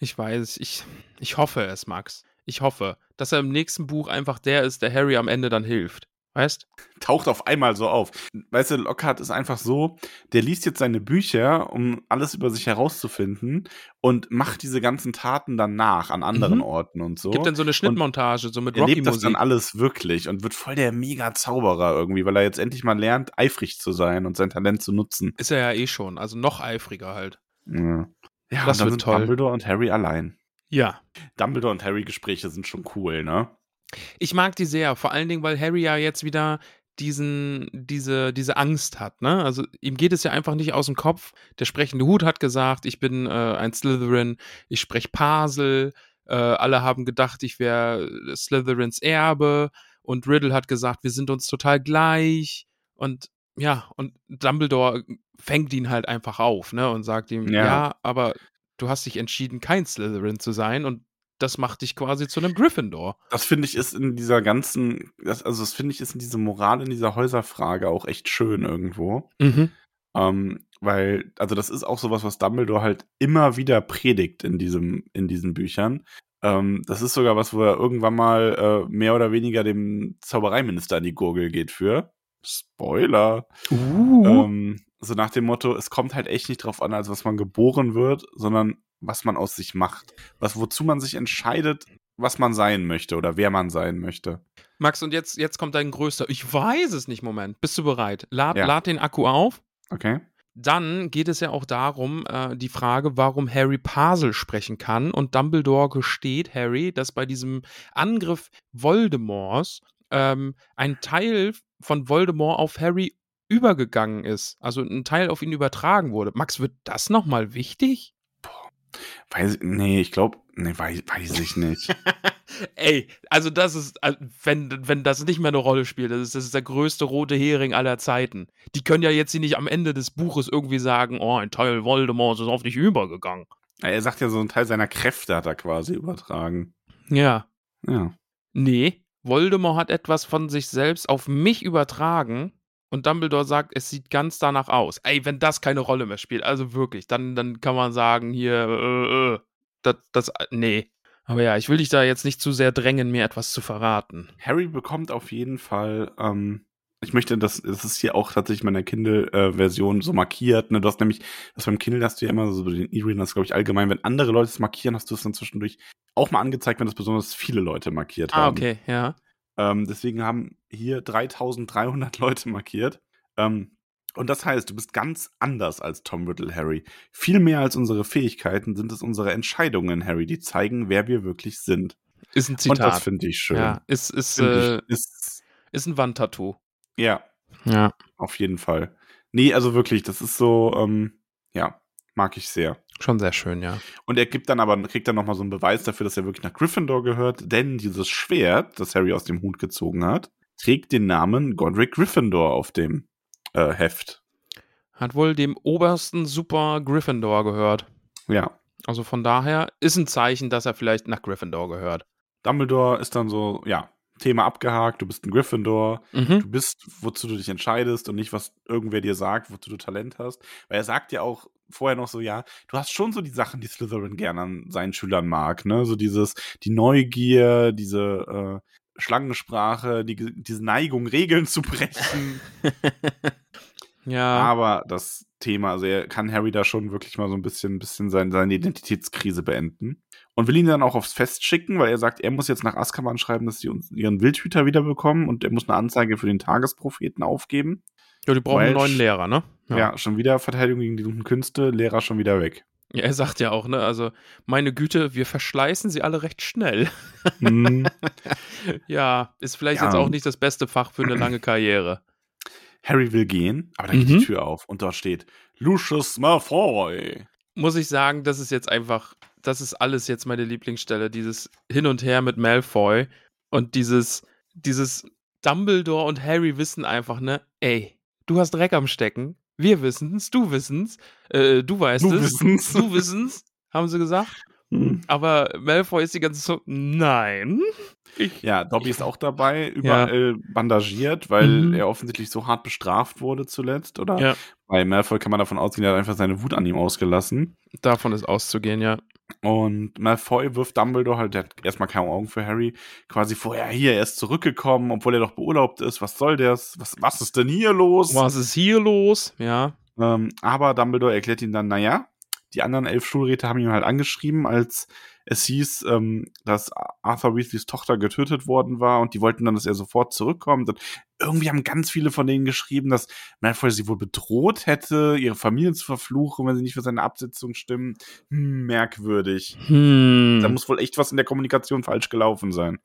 B: Ich weiß, ich, ich hoffe es, Max. Ich hoffe, dass er im nächsten Buch einfach der ist, der Harry am Ende dann hilft. Weißt?
C: taucht auf einmal so auf. Weißt du, Lockhart ist einfach so, der liest jetzt seine Bücher, um alles über sich herauszufinden und macht diese ganzen Taten dann nach an anderen
B: Mhm.
C: Orten und so.
B: Gibt dann so eine Schnittmontage, so mit
C: er lebt das dann
B: Rocky-Musik.
C: alles wirklich und wird voll der Mega-Zauberer irgendwie, weil er jetzt endlich mal lernt, eifrig zu sein und sein Talent zu nutzen.
B: Ist er ja eh schon, also noch eifriger halt.
C: Ja, ja
B: Das wird
C: und dann sind
B: toll.
C: Dumbledore und Harry allein.
B: Ja.
C: Dumbledore und Harry-Gespräche sind schon cool, ne?
B: Ich mag die sehr, vor allen Dingen, weil Harry ja jetzt wieder diesen, diese, diese Angst hat, ne? Also ihm geht es ja einfach nicht aus dem Kopf. Der sprechende Hut hat gesagt, ich bin äh, ein Slytherin, ich spreche Parsel, äh, alle haben gedacht, ich wäre Slytherins Erbe und Riddle hat gesagt, wir sind uns total gleich und ja, und Dumbledore äh, fängt ihn halt einfach auf, ne? Und sagt ihm,
C: Ja.
B: ja, aber du hast dich entschieden, kein Slytherin zu sein und das macht dich quasi zu einem Gryffindor.
C: Das finde ich ist in dieser ganzen, das, also das finde ich ist in dieser Moral, in dieser Häuserfrage auch echt schön irgendwo.
B: Mhm.
C: Ähm, weil, also das ist auch sowas, was Dumbledore halt immer wieder predigt in, diesem, in diesen Büchern. Ähm, das ist sogar was, wo er irgendwann mal äh, mehr oder weniger dem Zaubereiminister an die Gurgel geht für. Spoiler.
A: Mhm.
B: Uh.
C: Ähm, so nach dem Motto, es kommt halt echt nicht drauf an, als was man geboren wird, sondern was man aus sich macht. Was, wozu man sich entscheidet, was man sein möchte oder wer man sein möchte.
B: Max, und jetzt, jetzt kommt dein größter. Ich weiß es nicht, Moment. Bist du bereit? Lad,
C: Ja.
B: lad den Akku auf.
C: Okay?
B: Dann geht es ja auch darum, äh, die Frage, warum Harry Parsel sprechen kann. Und Dumbledore gesteht Harry, dass bei diesem Angriff Voldemorts ähm, ein Teil von Voldemort auf Harry übergegangen ist. Also ein Teil auf ihn übertragen wurde. Max, wird das nochmal wichtig?
C: Weiß, nee, ich glaube, nee, weiß, weiß ich nicht.
B: Ey, also das ist, also wenn, wenn das nicht mehr eine Rolle spielt, das ist, das ist der größte rote Hering aller Zeiten. Die können ja jetzt nicht am Ende des Buches irgendwie sagen, oh, ein Teil Voldemorts ist auf dich übergegangen.
C: Ja, Er sagt ja, so einen Teil seiner Kräfte hat er quasi übertragen.
B: Ja.
C: Ja.
B: Nee, Voldemort hat etwas von sich selbst auf mich übertragen und Dumbledore sagt, es sieht ganz danach aus. Ey, wenn das keine Rolle mehr spielt, also wirklich, dann, dann kann man sagen, hier, äh, äh, das, das, äh, nee. Aber ja, ich will dich da jetzt nicht zu sehr drängen, mir etwas zu verraten.
C: Harry bekommt auf jeden Fall, ähm, ich möchte, das, das ist hier auch tatsächlich meiner Kindle-Version so markiert. Ne? Du hast nämlich, das beim Kindle hast du ja immer so bei den E-Readern, das glaube ich allgemein, wenn andere Leute es markieren, hast du es dann zwischendurch auch mal angezeigt, wenn das besonders viele Leute markiert haben.
B: Ah, okay, ja.
C: Ähm, deswegen haben hier 3300 Leute markiert. Ähm, und das heißt, du bist ganz anders als Tom Riddle, Harry. Viel mehr als unsere Fähigkeiten sind es unsere Entscheidungen, Harry, die zeigen, wer wir wirklich sind.
B: Ist ein
C: Und
B: Zitat.
C: das finde ich schön.
B: Ja, ist, ist, äh,
C: Finde ich, ist,
B: ist ein Wandtattoo.
C: ja,
B: Ja.
C: auf jeden Fall. Nee, also wirklich, das ist so, ähm, ja, mag ich sehr.
B: Schon sehr schön, ja.
C: Und er gibt dann aber, kriegt dann nochmal so einen Beweis dafür, dass er wirklich nach Gryffindor gehört, denn dieses Schwert, das Harry aus dem Hut gezogen hat, trägt den Namen Godric Gryffindor auf dem äh, Heft.
B: Hat wohl dem obersten Super Gryffindor gehört.
C: Ja.
B: Also von daher ist ein Zeichen, dass er vielleicht nach Gryffindor gehört.
C: Dumbledore ist dann so, ja, Thema abgehakt, du bist ein Gryffindor,
B: Mhm.
C: du bist, wozu du dich entscheidest und nicht, was irgendwer dir sagt, wozu du Talent hast. Weil er sagt ja auch vorher noch so, ja, du hast schon so die Sachen, die Slytherin gerne an seinen Schülern mag, ne? So dieses, die Neugier, diese äh, Schlangensprache, die, diese Neigung, Regeln zu brechen.
B: Ja.
C: Aber das Thema, also er kann Harry da schon wirklich mal so ein bisschen, bisschen sein, seine Identitätskrise beenden. Und will ihn dann auch aufs Fest schicken, weil er sagt, er muss jetzt nach Azkaban schreiben, dass sie uns ihren Wildhüter wiederbekommen und er muss eine Anzeige für den Tagespropheten aufgeben.
B: ja, die brauchen einen
C: weil-
B: neuen Lehrer, ne?
C: Ja, schon wieder Verteidigung gegen die dunklen Künste, Lehrer schon wieder weg.
B: ja. Er sagt ja auch, ne? Also, meine Güte, wir verschleißen sie alle recht schnell.
C: Hm.
B: ja, ist vielleicht
C: Ja.
B: jetzt auch nicht das beste Fach für eine lange Karriere.
C: Harry will gehen, aber dann geht
B: Mhm.
C: die Tür auf und dort steht Lucius Malfoy.
B: muss ich sagen, das ist jetzt einfach, das ist alles jetzt meine Lieblingsstelle, dieses Hin und Her mit Malfoy und dieses, dieses Dumbledore und Harry wissen einfach, ne, ey, du hast Dreck am Stecken, wir wissen's, du wissen's, äh, du weißt
C: Du
B: es,
C: wissen's.
B: du wissen's, haben sie gesagt,
C: Hm.
B: aber Malfoy ist die ganze Zeit so, nein, ich,
C: Ja, Dobby ist auch dabei, überall bandagiert, weil
B: Mhm.
C: er offensichtlich so hart bestraft wurde zuletzt, oder?
B: Ja.
C: Bei Malfoy kann man davon ausgehen, er hat einfach seine Wut an ihm ausgelassen.
B: davon ist auszugehen, ja.
C: Und Malfoy wirft Dumbledore halt, der hat erstmal keine Augen für Harry, quasi vorher hier, er ist zurückgekommen, obwohl er doch beurlaubt ist, was soll das, was, was ist denn hier los?
B: Was ist hier los? Ja,
C: Ähm, aber Dumbledore erklärt ihm dann, naja, die anderen elf Schulräte haben ihn halt angeschrieben, als es hieß, ähm, dass Arthur Weasleys Tochter getötet worden war und die wollten dann, dass er sofort zurückkommt. Und irgendwie haben ganz viele von denen geschrieben, dass Malfoy sie wohl bedroht hätte, ihre Familien zu verfluchen, wenn sie nicht für seine Absetzung stimmen. Hm, merkwürdig. Da
B: hm,
C: muss wohl echt was in der Kommunikation falsch gelaufen sein.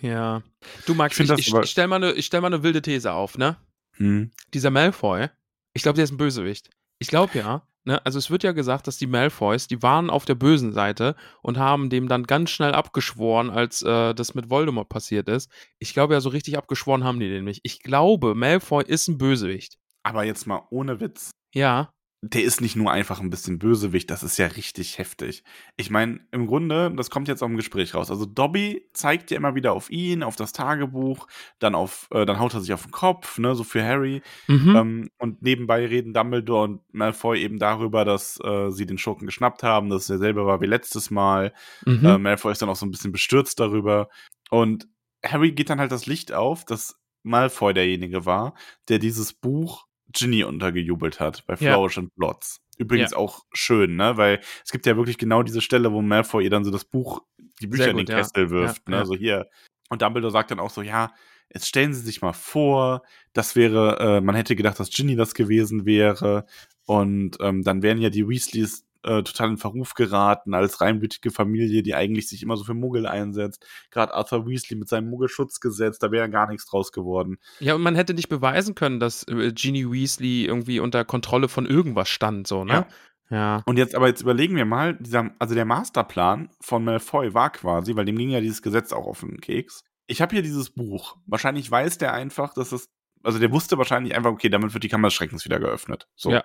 B: ja. Du, Max,
C: Ich
B: ich,
C: find
B: ich,
C: das
B: ich,
C: aber-
B: stell mal eine, ich stell mal eine wilde These auf, ne?
C: Hm.
B: dieser Malfoy, ich glaube, der ist ein Bösewicht. Ich glaube ja. Ne? Also es wird ja gesagt, dass die Malfoys, die waren auf der bösen Seite und haben dem dann ganz schnell abgeschworen, als äh, das mit Voldemort passiert ist. Ich glaube ja, so richtig abgeschworen haben die den nicht. Ich glaube, Malfoy ist ein Bösewicht.
C: Aber jetzt mal ohne Witz.
B: Ja.
C: der ist nicht nur einfach ein bisschen Bösewicht, das ist ja richtig heftig. Ich meine, im Grunde, das kommt jetzt auch im Gespräch raus. Also Dobby zeigt ja immer wieder auf ihn, auf das Tagebuch, dann auf, äh, dann haut er sich auf den Kopf, ne, so für Harry.
B: Mhm.
C: Ähm, und nebenbei reden Dumbledore und Malfoy eben darüber, dass äh, sie den Schurken geschnappt haben, dass es derselbe war wie letztes Mal.
B: mhm.
C: Äh, Malfoy ist dann auch so ein bisschen bestürzt darüber. Und Harry geht dann halt das Licht auf, dass Malfoy derjenige war, der dieses Buch Ginny untergejubelt hat bei
B: Ja.
C: Flourish and Blots. Übrigens auch schön, ne? Weil es gibt ja wirklich genau diese Stelle, wo Malfoy ihr dann so das Buch, die Bücher
B: Sehr
C: in den
B: gut, ja.
C: Kessel wirft,
B: Ja,
C: ne?
B: ja.
C: So hier. Und Dumbledore sagt dann auch so, ja, jetzt stellen Sie sich mal vor, das wäre, äh, man hätte gedacht, dass Ginny das gewesen wäre. Und ähm, dann wären ja die Weasleys äh, total in Verruf geraten als reinblütige Familie, die eigentlich sich immer so für Muggel einsetzt. Gerade Arthur Weasley mit seinem Muggelschutzgesetz, da wäre ja gar nichts draus geworden.
B: ja, und man hätte nicht beweisen können, dass äh, Ginny Weasley irgendwie unter Kontrolle von irgendwas stand, so, ne? Ja.
C: Und jetzt aber jetzt überlegen wir mal, dieser, also der Masterplan von Malfoy war quasi, weil dem ging ja dieses Gesetz auch auf den Keks. Ich habe hier dieses Buch. Wahrscheinlich weiß der einfach, dass es, also der wusste wahrscheinlich einfach, okay, damit wird die Kammer des Schreckens wieder geöffnet. So.
B: Ja.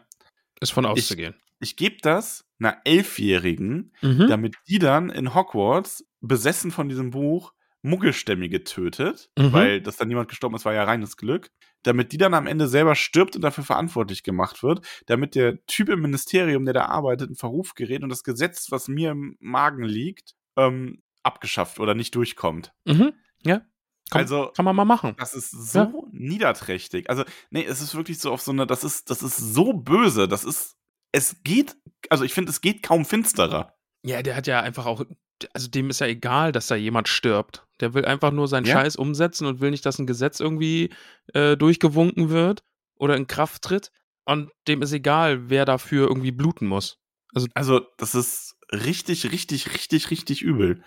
B: Ist von auszugehen.
C: Ich gebe das einer Elfjährigen,
B: Mhm.
C: damit die dann in Hogwarts, besessen von diesem Buch, Muggelstämmige tötet,
B: Mhm.
C: weil dass dann niemand gestorben ist, war ja reines Glück, damit die dann am Ende selber stirbt und dafür verantwortlich gemacht wird, damit der Typ im Ministerium, der da arbeitet, in Verruf gerät und das Gesetz, was mir im Magen liegt, ähm, abgeschafft oder nicht durchkommt.
B: Mhm. Ja. Komm,
C: Also
B: Kann man mal machen.
C: das ist so niederträchtig. Also, nee, es ist wirklich so auf so eine, das ist, das ist so böse, das ist, es geht, also ich finde, es geht kaum finsterer.
B: Ja, der hat ja einfach auch, also dem ist ja egal, dass da jemand stirbt. Der will einfach nur seinen
C: Ja.
B: Scheiß umsetzen und will nicht, dass ein Gesetz irgendwie äh, durchgewunken wird oder in Kraft tritt. Und dem ist egal, wer dafür irgendwie bluten muss.
C: Also, das ist richtig, richtig, richtig, richtig übel.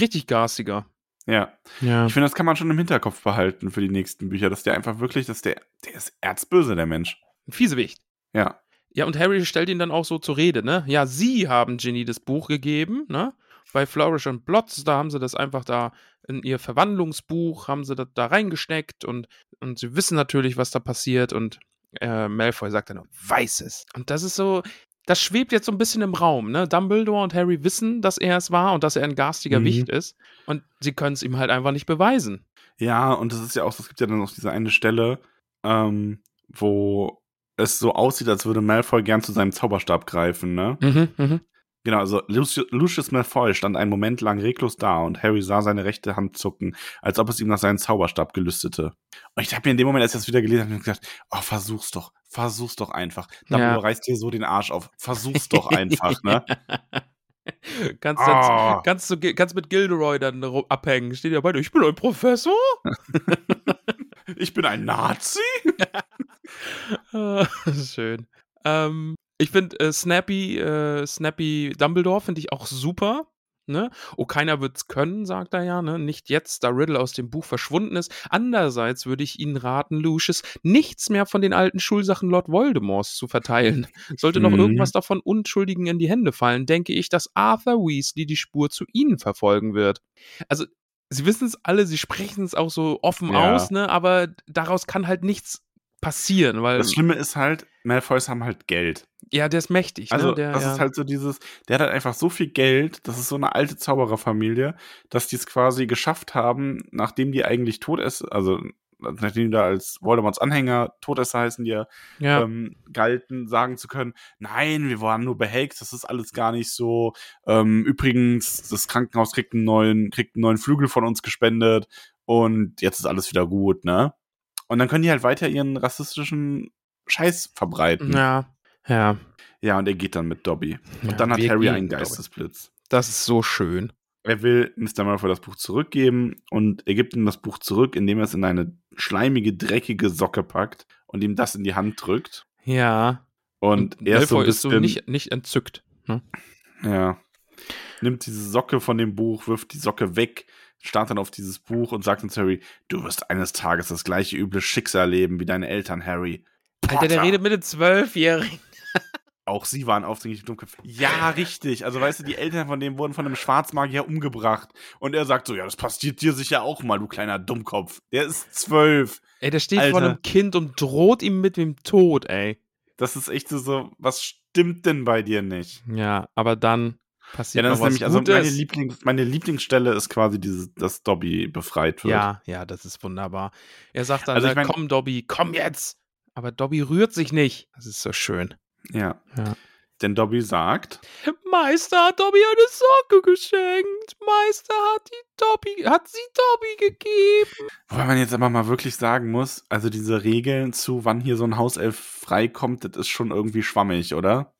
B: Richtig garstiger.
C: Ja.
B: Ja.
C: Ich finde, das kann man schon im Hinterkopf behalten für die nächsten Bücher, dass der einfach wirklich, dass der, der ist erzböse, der Mensch.
B: Fiesewicht.
C: Ja.
B: Ja, und Harry stellt ihn dann auch so zur Rede, ne? Ja, sie haben Ginny das Buch gegeben, ne? Bei Flourish und Blots, da haben sie das einfach da in ihr Verwandlungsbuch, haben sie das da reingesteckt und, und sie wissen natürlich, was da passiert und äh, Malfoy sagt dann, nur, weiß es. Und das ist so, das schwebt jetzt so ein bisschen im Raum, ne? Dumbledore und Harry wissen, dass er es war und dass er ein garstiger
C: Mhm.
B: Wicht ist und sie können es ihm halt einfach nicht beweisen.
C: Ja, und das ist ja auch, es gibt ja dann noch diese eine Stelle, ähm, wo es so aussieht, als würde Malfoy gern zu seinem Zauberstab greifen, ne?
B: Mhm, mhm.
C: Genau, also Lucius, Lucius Malfoy stand einen Moment lang reglos da und Harry sah seine rechte Hand zucken, als ob es ihm nach seinem Zauberstab gelüstete. Und ich habe mir in dem Moment, als ich das wieder gelesen habe, gedacht, oh, versuch's doch, versuch's doch einfach. Dumbledore
B: Ja.
C: reißt dir so den Arsch auf. Versuch's doch einfach, ne?
B: Kannst,
C: Ah.
B: dann, kannst, du, kannst mit Gilderoy dann ru- abhängen. Steht ja beide, ich bin ein Professor.
C: Ich bin ein Nazi?
B: Äh, Schön. Ähm, ich finde äh, Snappy, äh, Snappy Dumbledore finde ich auch super. Ne? Oh, keiner wird's können, sagt er ja, ne? Nicht jetzt, da Riddle aus dem Buch verschwunden ist. Andererseits würde ich Ihnen raten, Lucius, nichts mehr von den alten Schulsachen Lord Voldemorts zu verteilen. Sollte noch
C: Mhm.
B: irgendwas davon Unschuldigen in die Hände fallen, denke ich, dass Arthur Weasley die Spur zu Ihnen verfolgen wird. Also, Sie wissen es alle, Sie sprechen es auch so offen
C: Ja.
B: aus, ne? Aber daraus kann halt nichts passieren, weil
C: Das Schlimme ist halt, Malfoys haben halt Geld.
B: ja, der ist mächtig.
C: Also,
B: ne? der,
C: das
B: ja.
C: ist halt so dieses, der hat halt einfach so viel Geld, das ist so eine alte Zaubererfamilie, dass die es quasi geschafft haben, nachdem die eigentlich tot ist, also nachdem die da als Voldemorts Anhänger Todesser heißen, die ja,
B: ja.
C: ähm, galten, sagen zu können, nein, wir waren nur behext, das ist alles gar nicht so. Ähm, übrigens, das Krankenhaus kriegt einen neuen, kriegt einen neuen Flügel von uns gespendet und jetzt ist alles wieder gut, ne? Und dann können die halt weiter ihren rassistischen Scheiß verbreiten.
B: ja, ja.
C: Ja, und er geht dann mit Dobby.
B: Ja,
C: Und dann hat
B: wir
C: Harry
B: gehen,
C: einen
B: glaube ich.
C: Geistesblitz.
B: Das ist so schön.
C: Er will Mr. Malfoy das Buch zurückgeben und er gibt ihm das Buch zurück, indem er es in eine schleimige, dreckige Socke packt und ihm das in die Hand drückt.
B: Ja.
C: Und, er ist so ein
B: Malfoy
C: bisschen,
B: nicht, nicht entzückt. Ne?
C: ja, nimmt diese Socke von dem Buch, wirft die Socke weg, starrt dann auf dieses Buch und sagt zu Harry, du wirst eines Tages das gleiche üble Schicksal erleben wie deine Eltern, Harry.
B: Alter, der
C: Potter.
B: redet mit dem Zwölfjährigen.
C: Auch sie waren aufdringlich dummköpfe. Ja, richtig. Also weißt du, die Eltern von dem wurden von einem Schwarzmagier umgebracht. Und er sagt so, ja, das passiert dir sicher auch mal, du kleiner Dummkopf. Der ist zwölf.
B: Ey, der steht vor
C: Alter.
B: einem Kind und droht ihm mit dem Tod, ey.
C: Das ist echt so, was stimmt denn bei dir nicht?
B: Ja, aber dann
C: Ja,
B: passiert
C: dann
B: noch
C: ist
B: was
C: nämlich, also meine,
B: Gutes.
C: Lieblings, meine Lieblingsstelle ist quasi dieses, dass Dobby befreit wird.
B: ja, ja, das ist wunderbar. Er sagt dann,
C: Also
B: also
C: ich mein-
B: komm Dobby, komm jetzt. Aber Dobby rührt sich nicht. Das ist so schön.
C: ja.
B: Ja.
C: Denn Dobby sagt,
B: Meister hat Dobby eine Socke geschenkt. Meister hat die Dobby, hat sie Dobby gegeben.
C: Wobei man jetzt aber mal wirklich sagen muss, also diese Regeln zu, wann hier so ein Hauself freikommt, das ist schon irgendwie schwammig, oder?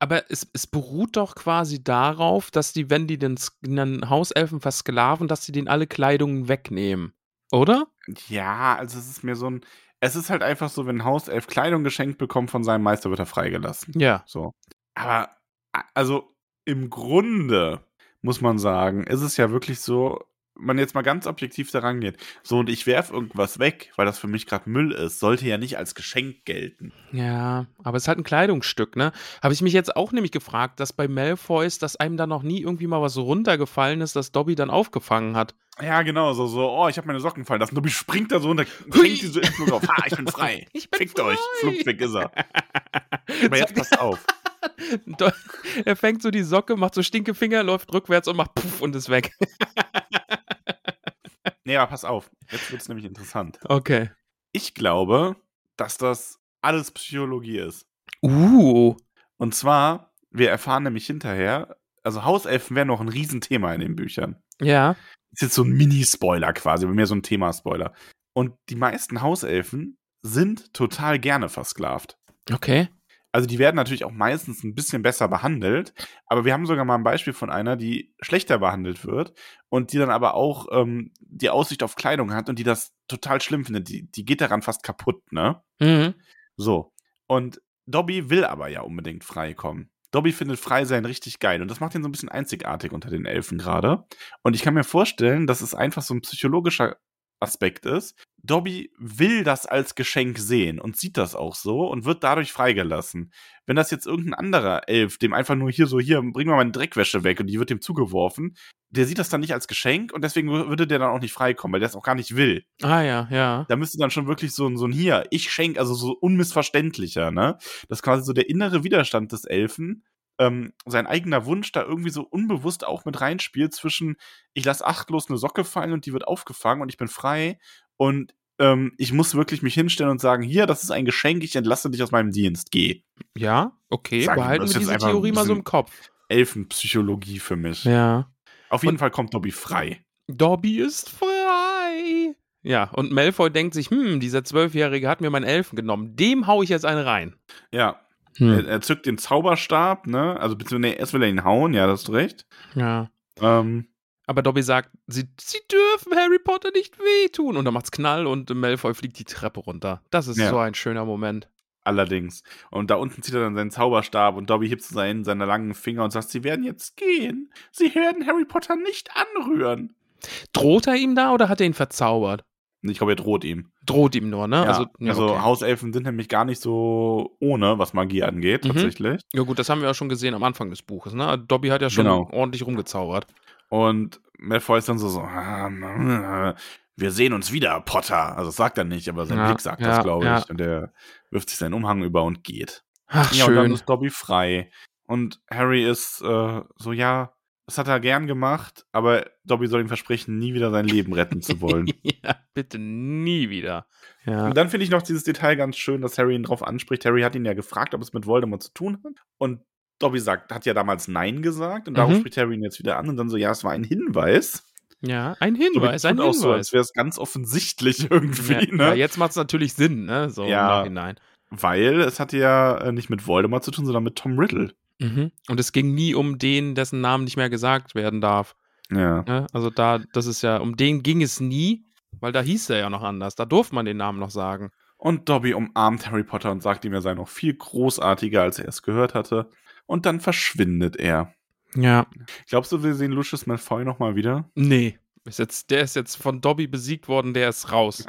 B: Aber es, es beruht doch quasi darauf, dass die, wenn die den, Sk- einen Hauselfen versklaven, dass sie denen alle Kleidungen wegnehmen. Oder?
C: Ja, also es ist mir so ein. Es ist halt einfach so, wenn ein Hauself Kleidung geschenkt bekommt von seinem Meister, wird er freigelassen.
B: Ja.
C: So. Aber, a- also im Grunde muss man sagen, ist es ja wirklich so, wenn man jetzt mal ganz objektiv da rangeht. So, und ich werf irgendwas weg, weil das für mich gerade Müll ist, sollte ja nicht als Geschenk gelten.
B: Ja, aber es ist halt ein Kleidungsstück, ne? Habe ich mich jetzt auch nämlich gefragt, dass bei Malfoys, dass einem da noch nie irgendwie mal was runtergefallen ist, das Dobby dann aufgefangen hat.
C: Ja, genau, so, so, oh, ich habe meine Socken fallen lassen. Dobby springt da so und
B: Hui.
C: fängt diese Impfung auf. Ha, ich bin frei.
B: Ich
C: Fickt euch. Flupp, weg ist er. Aber
B: Zack,
C: jetzt passt auf.
B: Do- er fängt so die Socke, macht so Stinkefinger, läuft rückwärts und macht puff und ist weg.
C: Nee, aber pass auf. Jetzt wird's nämlich interessant.
B: Okay.
C: Ich glaube, dass das alles Psychologie ist.
B: Uh.
C: Und zwar, wir erfahren nämlich hinterher, also Hauselfen wären noch ein Riesenthema in den Büchern.
B: Ja.
C: Ist jetzt so ein Mini-Spoiler quasi, aber mehr so ein Thema-Spoiler. Und die meisten Hauselfen sind total gerne versklavt.
B: Okay.
C: Also die werden natürlich auch meistens ein bisschen besser behandelt, aber wir haben sogar mal ein Beispiel von einer, die schlechter behandelt wird und die dann aber auch ähm, die Aussicht auf Kleidung hat und die das total schlimm findet. Die, die geht daran fast kaputt, ne?
B: Mhm.
C: So. Und Dobby will aber ja unbedingt frei kommen. Dobby findet Freisein richtig geil und das macht ihn so ein bisschen einzigartig unter den Elfen gerade. Und ich kann mir vorstellen, dass es einfach so ein psychologischer Aspekt ist. Dobby will das als Geschenk sehen und sieht das auch so und wird dadurch freigelassen. Wenn das jetzt irgendein anderer Elf, dem einfach nur hier so, hier, bring mal meine Dreckwäsche weg und die wird dem zugeworfen, der sieht das dann nicht als Geschenk und deswegen würde der dann auch nicht freikommen, weil der es auch gar nicht will
B: Ah ja, ja.
C: da müsste dann schon wirklich so ein, so ein Hier, ich schenke, also so unmissverständlicher, ne? Dass quasi so der innere Widerstand des Elfen, ähm, sein eigener Wunsch da irgendwie so unbewusst auch mit reinspielt zwischen, ich lasse achtlos eine Socke fallen und die wird aufgefangen und ich bin frei und ähm, ich muss wirklich mich hinstellen und sagen, hier, das ist ein Geschenk, ich entlasse dich aus meinem Dienst, geh.
B: Ja, okay.
C: Sag ich,
B: behalten wir
C: das ist jetzt
B: diese
C: einfach ein
B: Theorie mal so
C: bisschen-
B: im Kopf.
C: Elfenpsychologie für mich.
B: Ja.
C: Auf jeden
B: Und-
C: Fall kommt Dobby frei.
B: Dobby ist frei. Ja, und Malfoy denkt sich, hm, dieser Zwölfjährige hat mir meinen Elfen genommen. Dem hau ich jetzt einen rein. Äh,
C: Ja,
B: Hm.
C: er, er zückt den Zauberstab, ne? Also beziehungsweise nee, erst will er ihn hauen, ja, das ist recht.
B: Ja.
C: Ähm,
B: Aber Dobby sagt, sie, sie dürfen Harry Potter nicht wehtun. Und dann macht's Knall und Malfoy fliegt die Treppe runter. Das ist
C: Ja.
B: so ein schöner Moment.
C: Allerdings. Und da unten zieht er dann seinen Zauberstab und Dobby hebt seinen, seine langen Finger und sagt, sie werden jetzt gehen. Sie werden Harry Potter nicht anrühren.
B: Droht er ihm da oder hat er ihn verzaubert?
C: Ich glaube, er droht ihm.
B: Droht ihm nur, ne?
C: Ja, also
B: okay.
C: Hauselfen sind nämlich gar nicht so ohne, was Magie angeht,
B: Mhm.
C: tatsächlich.
B: ja gut, das haben wir ja schon gesehen am Anfang des Buches, ne? Dobby hat ja schon
C: Genau.
B: ordentlich rumgezaubert.
C: Und Malfoy ist dann so, so "Ah, mm, wir sehen uns wieder, Potter. Also das sagt er nicht, aber sein
B: Ja,
C: Blick sagt
B: ja,
C: das, glaube ich.
B: ja.
C: Und er wirft sich seinen Umhang über und geht.
B: Ach,
C: ja, und dann
B: schön.
C: ist Dobby frei. Und Harry ist äh, so, ja, das hat er gern gemacht, aber Dobby soll ihm versprechen, nie wieder sein Leben retten zu wollen.
B: ja, bitte nie wieder. Ja.
C: Und dann finde ich noch dieses Detail ganz schön, dass Harry ihn drauf anspricht. Harry hat ihn ja gefragt, ob es mit Voldemort zu tun hat. Und Dobby sagt, hat ja damals Nein gesagt. Und darauf
B: Mhm.
C: spricht Harry ihn jetzt wieder an. Und dann so, ja, es war ein Hinweis.
B: ja, ein
C: So,
B: Hinweis,
C: tut
B: ein
C: auch
B: Hinweis.
C: so, als wäre es ganz offensichtlich irgendwie,
B: ja,
C: ne?
B: ja, jetzt macht es natürlich Sinn, ne? So
C: Ja.
B: im Nachhinein.
C: Weil es hatte ja äh, nicht mit Voldemort zu tun, sondern mit Tom Riddle.
B: Mhm. Und es ging nie um den, dessen Namen nicht mehr gesagt werden darf.
C: Ja.
B: Ne? Also da, das ist ja, um den ging es nie, weil da hieß er ja noch anders. Da durfte man den Namen noch sagen.
C: Und Dobby umarmt Harry Potter und sagt ihm, er sei noch viel großartiger, als er es gehört hatte. Und dann verschwindet er.
B: Ja.
C: Glaubst du, wir sehen Lucius Malfoy nochmal wieder?
B: Nee. Ist jetzt, der ist jetzt von Dobby besiegt worden, der ist raus.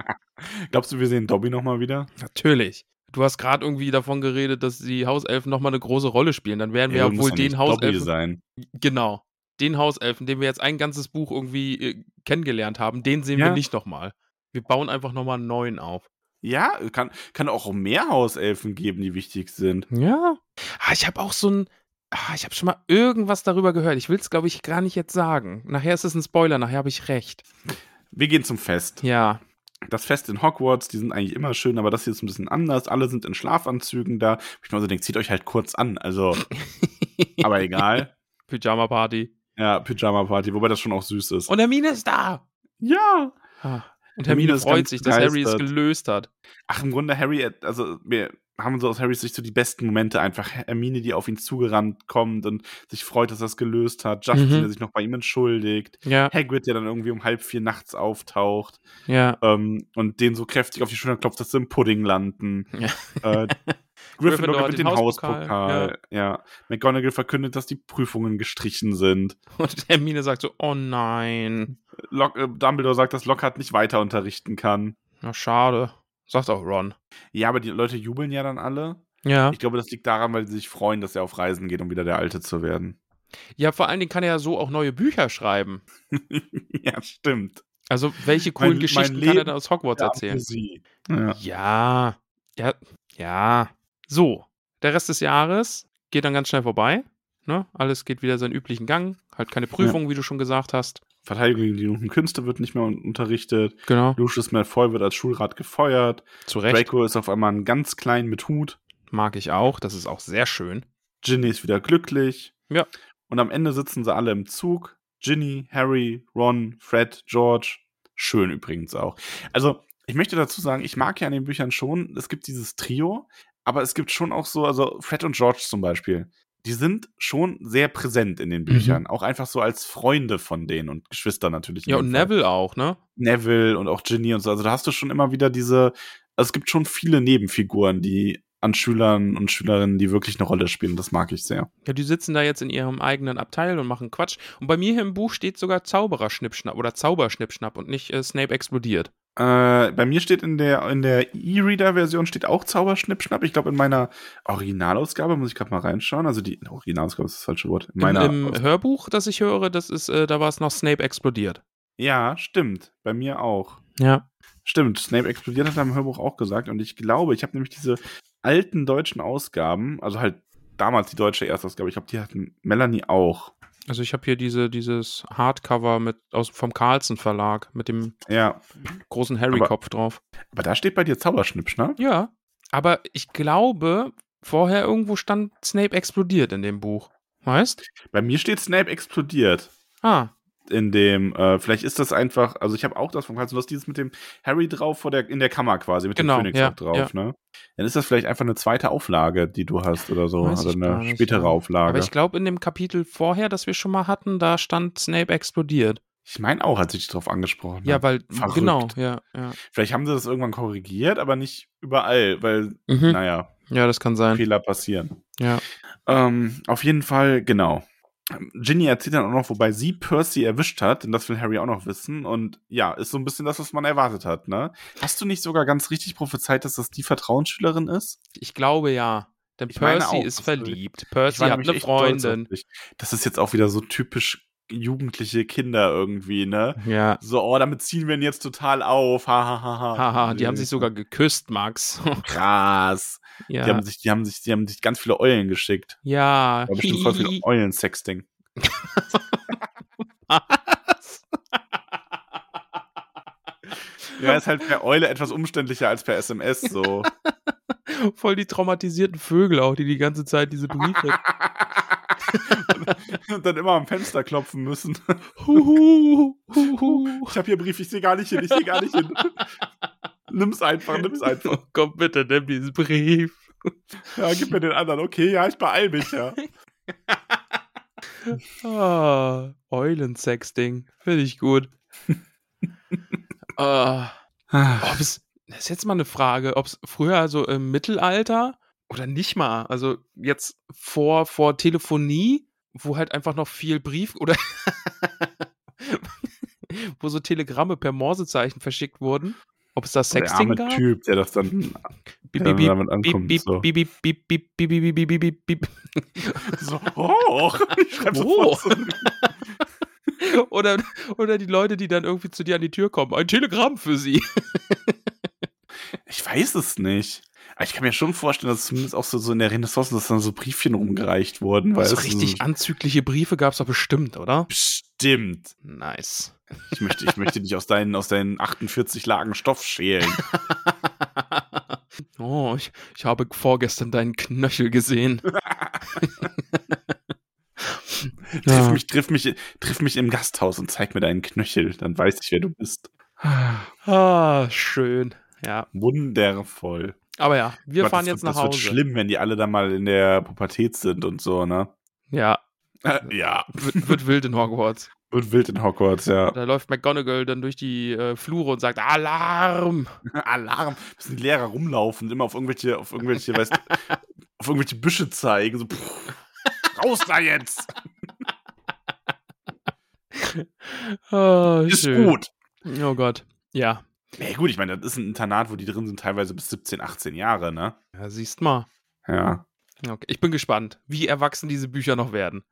C: Glaubst du, wir sehen Dobby nochmal wieder?
B: Natürlich. Du hast gerade irgendwie davon geredet, dass die Hauselfen nochmal eine große Rolle spielen. Dann werden wir ja,
C: muss
B: wohl
C: doch
B: den
C: nicht Dobby
B: Hauselfen.
C: sein.
B: Genau. Den Hauselfen, den wir jetzt ein ganzes Buch irgendwie äh, kennengelernt haben, den sehen wir
C: Ja.
B: nicht nochmal. Wir bauen einfach nochmal einen neuen auf.
C: Ja, kann, kann auch mehr Hauselfen geben, die wichtig sind.
B: Ja. Ah, ich habe auch so ein. Ah, ich habe schon mal irgendwas darüber gehört. Ich will es, glaube ich, gar nicht jetzt sagen. Nachher ist es ein Spoiler, nachher habe ich recht.
C: Wir gehen zum Fest.
B: Ja.
C: Das Fest in Hogwarts, die sind eigentlich immer schön, aber das hier ist ein bisschen anders. Alle sind in Schlafanzügen da. Ich mal so denke, zieht euch halt kurz an. Also, aber egal.
B: Pyjama-Party.
C: Ja, Pyjama-Party, wobei das schon auch süß ist.
B: Und Hermine ist da.
C: ja.
B: Ah, Und
C: Hermine
B: Hermine
C: ist
B: freut
C: ganz
B: sich, dass Harry es
C: begeistert.
B: gelöst hat.
C: Ach, im Grunde Harry, also wir haben so aus Harrys Sicht so die besten Momente einfach. Hermine, die auf ihn zugerannt kommt und sich freut, dass er es gelöst hat. Justin,
B: Mhm.
C: der sich noch bei ihm entschuldigt.
B: Ja,
C: Hagrid, der dann irgendwie um halb vier nachts auftaucht.
B: ja.
C: ähm, und den so kräftig auf die Schulter klopft, dass sie im Pudding landen.
B: Ja.
C: Äh,
B: Gryffindor
C: Gryffindor
B: hat
C: gewinnt
B: den
C: den
B: Hauspokal,
C: Hauspokal. Ja. McGonagall verkündet, dass die Prüfungen gestrichen sind.
B: Und Hermine sagt so, oh nein.
C: Lock, äh, Dumbledore sagt, dass Lockhart nicht weiter unterrichten kann.
B: Na, schade. Sagt auch Ron.
C: Ja, aber die Leute jubeln ja dann alle.
B: Ja.
C: Ich glaube, das liegt daran, weil sie sich freuen, dass er auf Reisen geht, um wieder der Alte zu werden.
B: Ja, vor allen Dingen kann er ja so auch neue Bücher schreiben.
C: ja, stimmt.
B: Also, welche coolen
C: mein
B: Geschichten kann er
C: Leben-
B: denn aus Hogwarts
C: Ja,
B: erzählen?
C: Poesie. Ja.
B: Ja. Ja. Ja. So. Der Rest des Jahres geht dann ganz schnell vorbei. Ne? Alles geht wieder seinen üblichen Gang. Halt keine Prüfung, wie du schon gesagt hast.
C: Verteidigung gegen die dunklen Künste wird nicht mehr un- unterrichtet.
B: Genau.
C: Lucius Malfoy wird als Schulrat gefeuert.
B: Zu Recht.
C: Draco ist auf einmal ein ganz klein mit Hut.
B: Mag ich auch. Das ist auch sehr schön.
C: Ginny ist wieder glücklich.
B: Ja.
C: Und am Ende sitzen sie alle im Zug. Ginny, Harry, Ron, Fred, George. Schön übrigens auch. Also, ich möchte dazu sagen, ich mag ja an den Büchern schon, es gibt dieses Trio, aber es gibt schon auch so, also Fred und George zum Beispiel, die sind schon sehr präsent in den
B: Mhm.
C: Büchern. Auch einfach so als Freunde von denen und Geschwister natürlich. in
B: Ja,
C: dem
B: und
C: Fall.
B: Neville auch, ne?
C: Neville und auch Ginny und so. Also da hast du schon immer wieder diese, also es gibt schon viele Nebenfiguren, die an Schülern und Schülerinnen, die wirklich eine Rolle spielen. Das mag ich sehr.
B: Ja, die sitzen da jetzt in ihrem eigenen Abteil und machen Quatsch. Und bei mir hier im Buch steht sogar Zauberer-Schnippschnapp oder Zauber-Schnippschnapp und nicht äh, Snape explodiert.
C: Äh, bei mir steht in der in der E-Reader-Version steht auch Zauberschnippschnapp. Ich glaube in meiner Originalausgabe muss ich gerade mal reinschauen. Also die Originalausgabe ist das falsche Wort. In meiner
B: Im, Im Hörbuch, das ich höre, das ist, äh, da war es noch Snape explodiert.
C: ja, stimmt. Bei mir auch.
B: Ja.
C: Stimmt. Snape explodiert hat er im Hörbuch auch gesagt. Und ich glaube, ich habe nämlich diese alten deutschen Ausgaben, also halt damals die deutsche Erstausgabe. Ich glaube, die hatten Melanie auch.
B: Also ich habe hier diese, dieses Hardcover mit, aus, vom Carlsen Verlag mit dem
C: Ja,
B: großen Harry-Kopf drauf.
C: aber da steht bei dir Zauberschnippschnapp.
B: Ja. Aber ich glaube, vorher irgendwo stand Snape explodiert in dem Buch. Weißt?
C: Bei mir steht Snape explodiert.
B: Ah.
C: in dem, äh, vielleicht ist das einfach, also ich habe auch das von Carlson, du hast dieses mit dem Harry drauf vor der, in der Kammer quasi, mit
B: Genau,
C: dem Phönix
B: ja,
C: auch drauf, ne? Dann ist das vielleicht einfach eine zweite Auflage, die du hast oder so,
B: Weiß
C: also
B: ich gar
C: eine
B: nicht,
C: spätere
B: ja. Aber
C: Auflage.
B: ich
C: Ich,
B: glaube, in dem Kapitel vorher, das wir schon mal hatten, da stand Snape explodiert.
C: meine auch, hat sich drauf angesprochen. ne?
B: Ja,
C: hat.
B: weil,
C: Verrückt.
B: genau, ja, ja.
C: Mhm.
B: Hm.
C: vielleicht haben sie das irgendwann korrigiert, aber nicht überall, weil, naja,
B: Ja, das kann sein.
C: Fehler passieren.
B: Ja.
C: Ähm, auf jeden Fall, genau. Ginny erzählt dann auch noch, wobei sie Percy erwischt hat, denn das will Harry auch noch wissen. Und ja, ist so ein bisschen das, was man erwartet hat, ne? Hast du nicht sogar ganz richtig prophezeit, dass das die Vertrauensschülerin ist?
B: Ich glaube ja. Denn
C: Ich meine
B: Percy
C: auch,
B: ist
C: das würde-
B: verliebt. Percy
C: war
B: hat
C: nämlich
B: eine
C: echt stolz auf
B: Freundin.
C: dich. Das ist jetzt auch wieder so typisch jugendliche Kinder irgendwie, ne?
B: Ja.
C: So, oh, damit ziehen wir ihn jetzt total auf. Ha, ha, ha, ha.
B: Haha, die haben sich sogar geküsst, Max.
C: krass. Die
B: ja.
C: haben sich, die haben sich, die haben sich ganz viele Eulen geschickt.
B: Ja.
C: Da war bestimmt voll viel Eulen-Sexting. Ja, ist halt per Eule etwas umständlicher als per SMS so.
B: Voll die traumatisierten Vögel auch, die die ganze Zeit diese Briefe.
C: Und dann immer am Fenster klopfen müssen.
B: Huhu, huhu.
C: Ich habe hier Brief, ich sehe gar nicht hin, ich sehe gar nicht hin. nimm's einfach, nimm's einfach.
B: Oh, komm bitte, nimm diesen Brief.
C: Ja, gib mir den anderen. Okay, ja, ich beeil mich, ja.
B: Ah, Eulensexting. Finde ich gut. ah. Ob es, das ist jetzt mal eine Frage, ob es früher, also im Mittelalter oder nicht mal, also jetzt vor, vor Telefonie, wo halt einfach noch viel Brief oder wo so Telegramme per Morsezeichen verschickt wurden, ob es da Sexting
C: der
B: gab?
C: arme Typ, der das dann
B: Bip,
C: der
B: bip, bip,
C: damit ankommt.
B: bip,
C: so.
B: bip, bip, bip, bip, bip, bip, bip, bip, bip.
C: so, hoch. Ich schreib sofort zurück.
B: Oder, oder die Leute, die dann irgendwie zu dir an die Tür kommen. Ein Telegramm für sie.
C: Ich weiß es nicht. Aber ich kann mir schon vorstellen, dass zumindest auch so, so in der Renaissance, dass dann so Briefchen rumgereicht wurden. Weil
B: So
C: es
B: richtig anzügliche Briefe gab es doch bestimmt, oder?
C: Bestimmt.
B: Nice.
C: Ich möchte, ich möchte dich aus deinen, aus deinen 48 Lagen Stoff schälen.
B: Oh, ich, ich habe vorgestern deinen Knöchel gesehen. Ah.
C: triff, mich, triff, mich, triff mich im Gasthaus und zeig mir deinen Knöchel. Dann weiß ich, wer du bist.
B: Ah, schön. Ja,
C: Wundervoll.
B: aber ja, wir
C: Gott,
B: fahren
C: das,
B: jetzt
C: wird-
B: nach
C: das
B: Hause.
C: wird schlimm, wenn die alle da mal in der Pubertät sind und so, ne?
B: Ja,
C: Äh, ja.
B: wird, wird wild in Hogwarts.
C: Wird wild in Hogwarts, ja.
B: Da läuft McGonagall dann durch die äh, Flure und sagt Alarm.
C: Alarm. Müssen die Lehrer rumlaufen, immer auf irgendwelche, auf irgendwelche, weißt du, auf irgendwelche Büsche zeigen. So, pff, raus da jetzt!
B: Ah,
C: Ist
B: schön.
C: gut.
B: Oh Gott. Ja.
C: Ja, gut, ich meine, das ist ein Internat, wo die drin sind, teilweise bis 17, 18 Jahre, ne?
B: ja siehst mal.
C: Ja.
B: Okay, ich bin gespannt, wie erwachsen diese Bücher noch werden.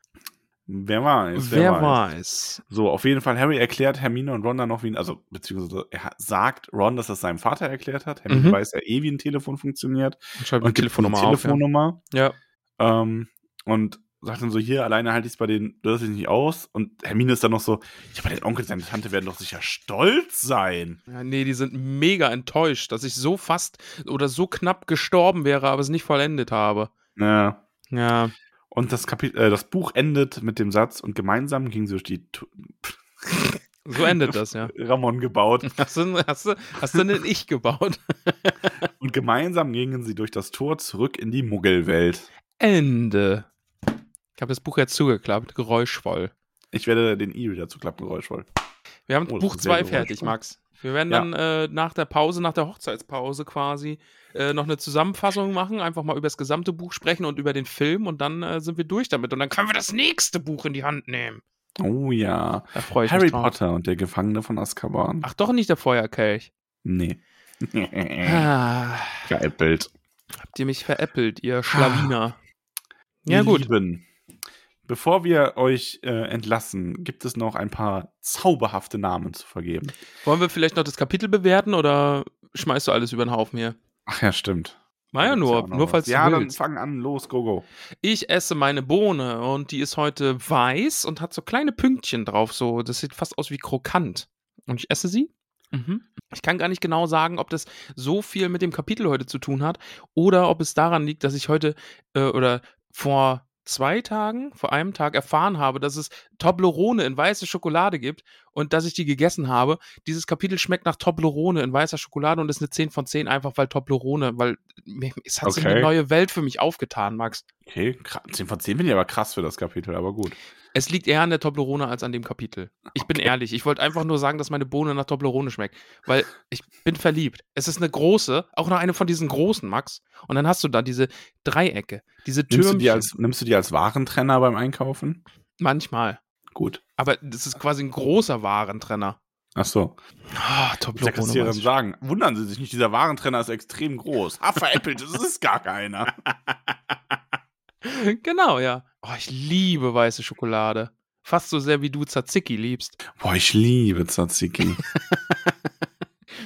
C: Wer weiß, wer,
B: Wer
C: weiß.
B: weiß.
C: So, auf jeden Fall, Harry erklärt Hermine und Ron dann noch, wie ein, also, beziehungsweise er ha- sagt Ron, dass das seinem Vater erklärt hat. Hermine
B: Mhm.
C: weiß ja eh, wie ein Telefon funktioniert.
B: Ich schreibe die
C: Und gibt
B: Telefonnummer
C: die
B: auf.
C: Telefonnummer.
B: Ja.
C: Ähm, und sagt dann so, hier, alleine halte ich es bei den Dursleys nicht aus. Und Hermine ist dann noch so, ja, aber dein Onkel und seine Tante werden doch sicher stolz sein.
B: Ja, nee, die sind mega enttäuscht, dass ich so fast oder so knapp gestorben wäre, aber es nicht vollendet habe.
C: Ja.
B: Ja.
C: Und das, Kapit äh, das Buch endet mit dem Satz, und gemeinsam gingen sie durch die Tu-
B: So endet das, ja.
C: Ramon gebaut,
B: Hast du, hast du, hast du einen Ich gebaut?
C: und gemeinsam gingen sie durch das Tor zurück in die Muggelwelt.
B: Ende. Ich habe das Buch jetzt zugeklappt, geräuschvoll.
C: Ich werde den E-Reader zu klappen, geräuschvoll.
B: Wir haben
C: Oh, das
B: Buch
C: ist sehr
B: 2 fertig,
C: geräuschvoll.
B: Max. Wir werden
C: Ja.
B: dann äh, nach der Pause, nach der Hochzeitspause quasi, äh, noch eine Zusammenfassung machen, einfach mal über das gesamte Buch sprechen und über den Film und dann äh, sind wir durch damit. Und dann können wir das nächste Buch in die Hand nehmen.
C: Oh ja.
B: Da freue ich
C: Harry
B: mich drauf.
C: Potter und der Gefangene von Azkaban.
B: Ach, doch nicht der Feuerkelch.
C: Nee.
B: Ah,
C: Geäppelt.
B: habt ihr mich veräppelt,
C: Ah.
B: ihr Schlawiner.
C: Ihr
B: Ja, gut.
C: Lieben, bevor wir euch äh, entlassen, gibt es noch ein paar zauberhafte Namen zu vergeben.
B: Wollen wir vielleicht noch das Kapitel bewerten oder schmeißt du alles über den Haufen hier?
C: Ach ja, stimmt.
B: Mach Ah ja
C: Da gibt's
B: nur,
C: auch noch
B: nur
C: was.
B: falls
C: Ja,
B: du
C: dann
B: willst.
C: fang an, los, go, go.
B: Ich esse meine Bohne und die ist heute weiß und hat so kleine Pünktchen drauf. So, das sieht fast aus wie krokant. Und ich esse sie. Ich kann gar nicht genau sagen, ob das so viel mit dem Kapitel heute zu tun hat oder ob es daran liegt, dass ich heute äh, oder vor zwei Tagen, vor einem Tag erfahren habe, dass es Toblerone in weiße Schokolade gibt und dass ich die gegessen habe. Dieses Kapitel schmeckt nach Toblerone in weißer Schokolade und ist eine 10 von 10 einfach, weil Toblerone, weil mir- es hat sich
C: Okay.
B: eine neue Welt für mich aufgetan, Max.
C: Okay, kra- 10 von 10 finde ich aber krass für das Kapitel, aber gut.
B: Es liegt eher an der Toblerone als an dem Kapitel. Ich bin ehrlich, ich wollte einfach nur sagen, dass meine Bohne nach Toblerone schmeckt, weil ich bin verliebt. Es ist eine große, auch noch eine von diesen großen, Max. Und dann hast du da diese Dreiecke, diese
C: Nimmst du,
B: Türmchen.
C: die als, nimmst du die als Warentrenner beim Einkaufen?
B: manchmal.
C: Gut.
B: Aber das ist quasi ein großer Warentrenner.
C: Ach so.
B: Ah,
C: Der Kassiererin
B: Toblerone.
C: sagen, wundern Sie sich nicht, dieser Warentrenner ist extrem groß. Ah, veräppelt, das ist gar keiner.
B: Genau, ja. Oh, ich liebe weiße Schokolade. Fast so sehr, wie du Tzatziki liebst.
C: Boah, ich liebe Tzatziki.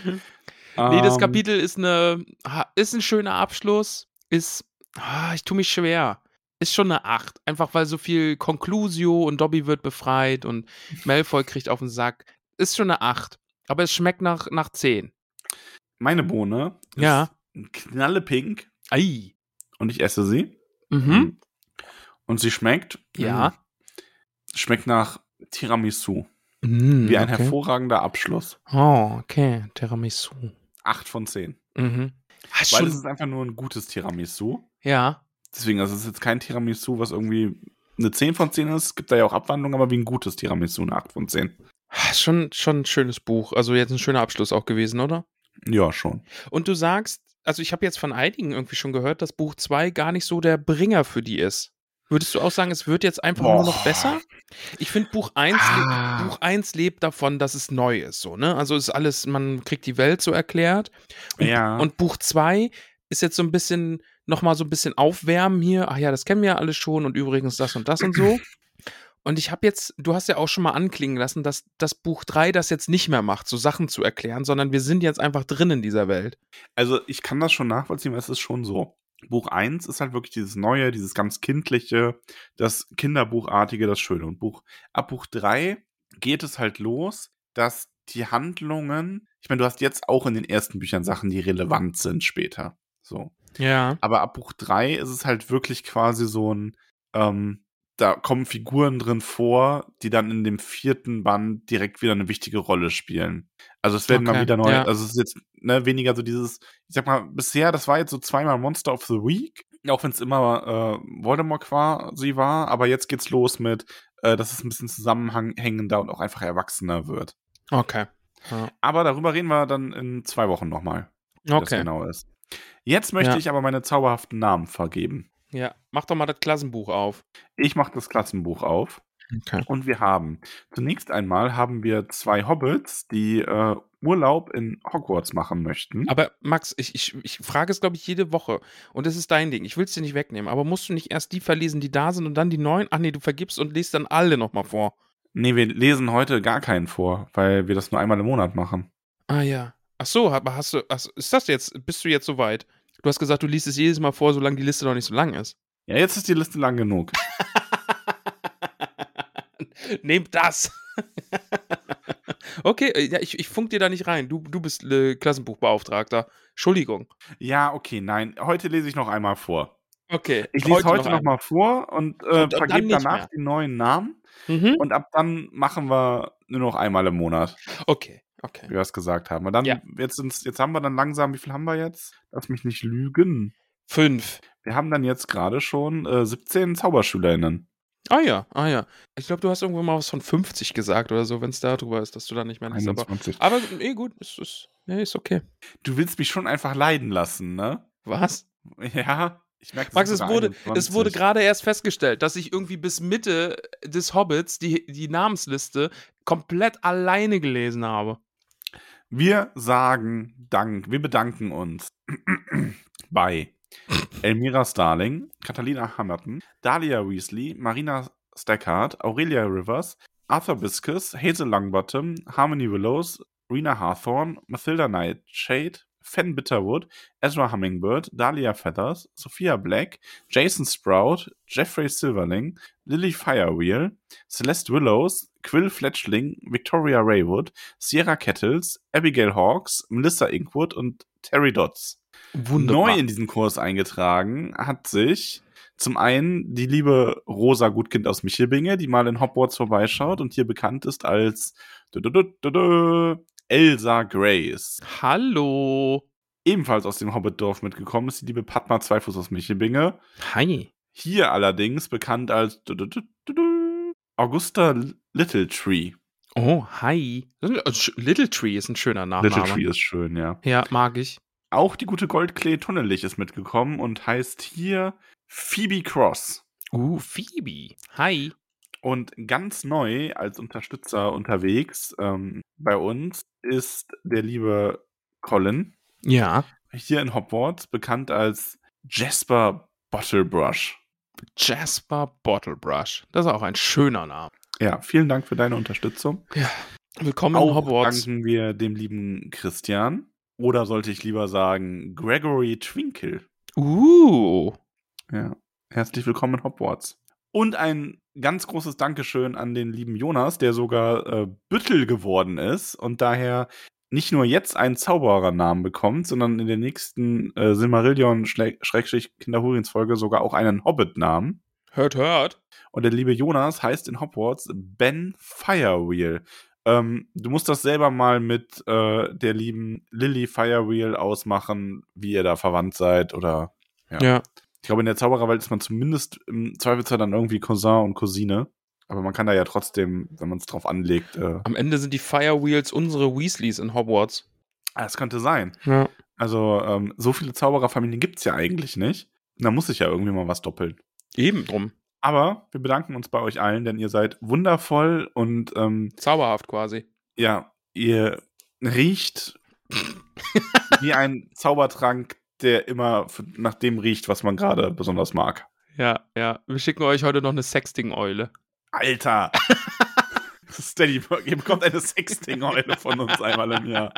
B: nee, das
C: Ähm,
B: Kapitel ist eine, ah, ist ein schöner Abschluss. Ist, ah, ich tue mich schwer. Ist schon eine Acht. Einfach weil so viel Conclusio und Dobby wird befreit und Malfoy kriegt auf den Sack. Ist schon eine Acht. Aber es schmeckt nach, nach zehn.
C: Meine Bohne ist
B: Ja.
C: knallepink
B: Ei.
C: und ich esse sie.
B: Mhm.
C: Und sie schmeckt.
B: Ja.
C: mh, Schmeckt nach Tiramisu.
B: Mm,
C: Hm. Wie ein
B: okay.
C: hervorragender Abschluss.
B: Oh, okay. Tiramisu.
C: Acht von zehn.
B: Mhm. Ah,
C: Weil
B: schon,
C: es ist einfach nur ein gutes Tiramisu.
B: ja.
C: Deswegen, also es ist jetzt kein Tiramisu, was irgendwie eine 10 von 10 ist. Es gibt da ja auch Abwandlungen, aber wie ein gutes Tiramisu, eine 8 von 10.
B: Ah, Schon, schon ein schönes Buch. Also jetzt ein schöner Abschluss auch gewesen, oder?
C: Ja, schon.
B: Und du sagst, also ich habe jetzt von einigen irgendwie schon gehört, dass Buch 2 gar nicht so der Bringer für die ist. Würdest du auch sagen, es wird jetzt einfach nur noch
C: Boah.
B: besser? Ich finde Buch 1
C: Ah.
B: lebt, Buch 1 lebt davon, dass es neu ist, so, ne? Also ist alles, man kriegt die Welt so erklärt. Und,
C: Ja.
B: und Buch 2 ist jetzt so ein bisschen nochmal so ein bisschen aufwärmen hier. Ach ja, das kennen wir ja alles schon und übrigens das und das und so. Und ich habe jetzt, du hast ja auch schon mal anklingen lassen, dass das Buch 3 das jetzt nicht mehr macht, so Sachen zu erklären, sondern wir sind jetzt einfach drin in dieser Welt.
C: Also ich kann das schon nachvollziehen, weil es ist schon so. Buch 1 ist halt wirklich dieses Neue, dieses ganz Kindliche, das Kinderbuchartige, das Schöne. Und Buch, ab Buch 3 geht es halt los, dass die Handlungen, ich meine, du hast jetzt auch in den ersten Büchern Sachen, die relevant sind später. So.
B: Ja.
C: Aber ab Buch 3 ist es halt wirklich quasi so ein, ähm, da kommen Figuren drin vor, die dann in dem vierten Band direkt wieder eine wichtige Rolle spielen. Also es werden
B: Okay,
C: mal wieder neue,
B: ja.
C: also es ist jetzt ne, weniger so dieses, ich sag mal, bisher, das war jetzt so zweimal Monster of the Week, auch wenn es immer äh, Voldemort quasi war, aber jetzt geht's los mit, äh, dass es ein bisschen zusammenhängender und auch einfach erwachsener wird.
B: Okay.
C: Aber darüber reden wir dann in zwei Wochen nochmal, wie das
B: Okay.
C: genau ist. Jetzt möchte
B: Ja.
C: ich aber meine zauberhaften Namen vergeben.
B: Ja, mach doch mal das Klassenbuch auf.
C: Ich mache das Klassenbuch auf
B: Okay.
C: und wir haben zunächst einmal haben wir zwei Hobbits, die äh, Urlaub in Hogwarts machen möchten.
B: Aber Max, ich, ich, ich frage es, glaube ich, jede Woche. Und es ist dein Ding. Ich will es dir nicht wegnehmen. Aber musst du nicht erst die verlesen, die da sind und dann die neuen? Ach nee, du vergibst und liest dann alle nochmal vor.
C: nee, wir lesen heute gar keinen vor, weil wir das nur einmal im Monat machen.
B: Ah ja. Ach so, aber hast du, ach, so, ist das jetzt, bist du jetzt soweit? Du hast gesagt, du liest es jedes Mal vor, solange die Liste noch nicht so lang ist.
C: Ja, jetzt ist die Liste lang genug.
B: Nehmt das! okay, äh, ja, ich, ich funk dir da nicht rein. Du, du bist äh, Klassenbuchbeauftragter. Entschuldigung.
C: Ja, okay, nein, heute lese ich noch einmal vor.
B: Okay.
C: Ich lese heute,
B: ein.
C: noch mal vor und
B: Und-
C: äh,
B: und dann
C: vergebe
B: nicht
C: danach
B: mehr.
C: die neuen Namen
B: Mhm.
C: und ab dann machen wir nur noch einmal im Monat,
B: Okay, okay.
C: wie wir es gesagt haben. Und dann
B: Ja.
C: jetzt sind's- jetzt haben wir dann langsam, wie viel haben wir jetzt? Lass mich nicht lügen.
B: Fünf.
C: Wir haben dann jetzt gerade schon äh, 17 ZauberschülerInnen.
B: Ah ja, ah ja. Ich glaube, du hast irgendwo mal was von 50 gesagt oder so, wenn es darüber ist, dass du da nicht mehr liest. Aber,
C: 21.
B: aber eh gut, ist, ist, nee, ist okay.
C: Du willst mich schon einfach leiden lassen, ne?
B: Was?
C: Ja. Ich merke,
B: Max, es wurde, es wurde gerade erst festgestellt, dass ich irgendwie bis Mitte des Hobbits die, die Namensliste komplett alleine gelesen habe.
C: Wir sagen Dank, wir bedanken uns bei Elmira Starling, Catalina Hamilton, Dahlia Weasley, Marina Stackard, Aurelia Rivers, Arthur Biscus, Hazel Longbottom, Harmony Willows, Rena Hawthorne, Mathilda Nightshade, Fenn Bitterwood, Ezra Hummingbird, Dahlia Feathers, Sophia Black, Jason Sprout, Jeffrey Silverling, Lily Firewheel, Celeste Willows, Quill Fletchling, Victoria Raywood, Sierra Kettles, Abigail Hawks, Melissa Inkwood und Terry Dodds. Neu in diesen Kurs eingetragen hat sich zum einen die liebe Rosa Gutkind aus Michelbinge, die mal in Hogwarts vorbeischaut und hier bekannt ist als Du, du, du, du, du. Elsa Grace.
B: Hallo.
C: Ebenfalls aus dem Hobbitdorf mitgekommen ist die liebe Padma Zweifuß aus Michelbinge.
B: Hi.
C: Hier allerdings bekannt als du, du, du, du, du, Augusta Littletree.
B: Oh, hi. Little Tree ist ein schöner Nachname.
C: Littletree ist schön, ja.
B: Ja, mag ich.
C: Auch die gute Goldklee Tunnelich ist mitgekommen und heißt hier Phoebe Cross.
B: Uh, Phoebe. Hi.
C: Und ganz neu als Unterstützer unterwegs ähm, bei uns ist der liebe Colin,
B: Ja.
C: hier in Hogwarts bekannt als Jasper Bottlebrush.
B: Jasper Bottlebrush. Das ist auch ein schöner Name.
C: Ja, vielen Dank für deine Unterstützung.
B: Willkommen in
C: Auch
B: Hogwarts.
C: danken wir dem lieben Christian. Oder sollte ich lieber sagen, Gregory Twinkle.
B: Uh.
C: Ja. Herzlich willkommen in Hogwarts. Und ein ganz großes Dankeschön an den lieben Jonas, der sogar äh, Büttel geworden ist und daher nicht nur jetzt einen Zauberernamen bekommt, sondern in der nächsten äh, Silmarillion-Kinderhuriens-Folge sogar auch einen Hobbit-Namen.
B: Hört, hört.
C: Und der liebe Jonas heißt in Hogwarts Ben Firewheel. Ähm, du musst das selber mal mit äh, der lieben Lily Firewheel ausmachen, wie ihr da verwandt seid oder Ja.
B: Ja.
C: ich glaube, in der Zaubererwelt ist man zumindest im Zweifelsfall dann irgendwie Cousin und Cousine. Aber man kann da ja trotzdem, wenn man es drauf anlegt, äh,
B: Am Ende sind die Firewheels unsere Weasleys in Hogwarts.
C: ah, es könnte sein.
B: Ja.
C: Also, ähm, so viele Zaubererfamilien gibt es ja eigentlich nicht. Da muss sich ja irgendwie mal was doppeln.
B: Eben drum.
C: Aber wir bedanken uns bei euch allen, denn ihr seid wundervoll und ähm,
B: Zauberhaft quasi.
C: ja, ihr riecht wie ein Zaubertrank, der immer f- nach dem riecht, was man gerade besonders mag.
B: Ja, ja. Wir schicken euch heute noch eine Sexting-Eule.
C: Alter! Steady, ihr bekommt eine Sexting-Eule von uns einmal im Jahr.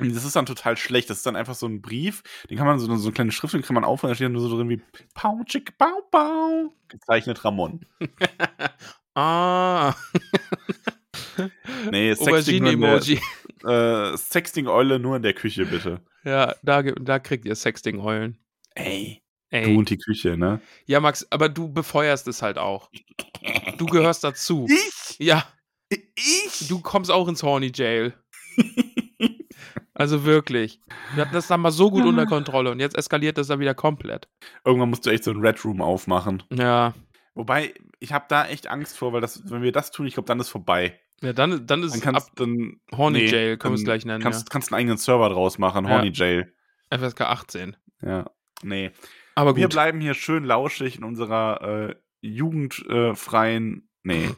C: Und Das ist dann total schlecht. Das ist dann einfach so ein Brief, den kann man so, so eine kleine Schrift, den kann man aufhören, da steht dann nur so drin wie Pau, Chick, Pau, Pau. Gezeichnet Ramon.
B: Ah.
C: Nee, Sexting nur in der,
B: Aubergine-Emoji.
C: äh, Sexting-Eule nur in der Küche, bitte.
B: Ja, da, ge- da kriegt ihr Sexting-Eulen.
C: Ey,
B: Ey.
C: du und die Küche, ne?
B: Ja, Max, aber du befeuerst es halt auch. Du gehörst dazu.
C: Ich?
B: Ja,
C: Ich?
B: du kommst auch ins Horny Jail. Also wirklich. Wir hatten das dann mal so gut unter Kontrolle und jetzt eskaliert das dann wieder komplett.
C: Irgendwann musst du echt so ein Red Room aufmachen.
B: Ja.
C: Wobei, ich habe da echt Angst vor, weil das, wenn wir das tun, ich glaube, dann ist vorbei.
B: Ja, dann, dann ist
C: Dann
B: es ab
C: kannst dann
B: Horny
C: nee,
B: Jail, können wir es
C: dann
B: gleich nennen.
C: kannst, kannst einen eigenen Server draus machen,
B: Ja.
C: Horny Jail.
B: Ja. FSK 18.
C: Ja. Nee.
B: Aber
C: Wir
B: gut.
C: bleiben hier schön lauschig in unserer äh, jugendfreien. Nee,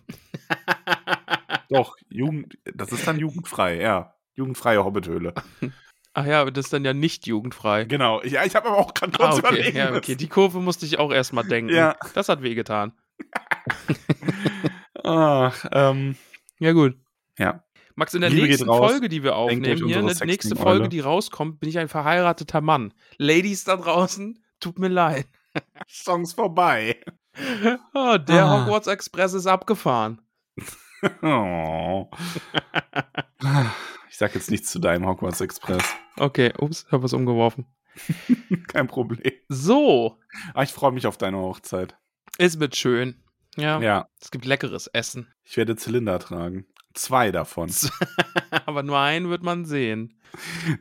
C: doch, Jugend. Das ist dann jugendfrei, ja. Jugendfreie Hobbithöhle.
B: Ach ja, aber das ist dann ja nicht jugendfrei.
C: Genau. Ja, ich habe aber auch gerade kurz
B: Ah, okay.
C: überlegen
B: Ja, okay. Die Kurve musste ich auch erstmal denken.
C: Ja.
B: Das hat wehgetan.
C: müssen. Ach, ähm,
B: Ja, gut.
C: Ja.
B: Max, in der
C: Liebe geht
B: nächsten
C: raus.
B: Folge, die wir
C: euch
B: aufnehmen, hier, in
C: unsere
B: der nächste
C: Sexting-Eule.
B: Folge, die rauskommt, bin ich ein verheirateter Mann. Ladies da draußen, tut mir leid.
C: Songs vorbei.
B: Oh, der
C: Ah.
B: Hogwarts Express ist abgefahren.
C: Oh. Ich sag jetzt nichts zu deinem Hogwarts Express.
B: Okay, ups, hab was umgeworfen.
C: Kein Problem.
B: So,
C: Ah, ich freue mich auf deine Hochzeit.
B: ist mit schön. Ja,
C: Ja.
B: es gibt leckeres Essen.
C: Ich werde Zylinder tragen. Zwei davon.
B: Aber nur einen wird man sehen.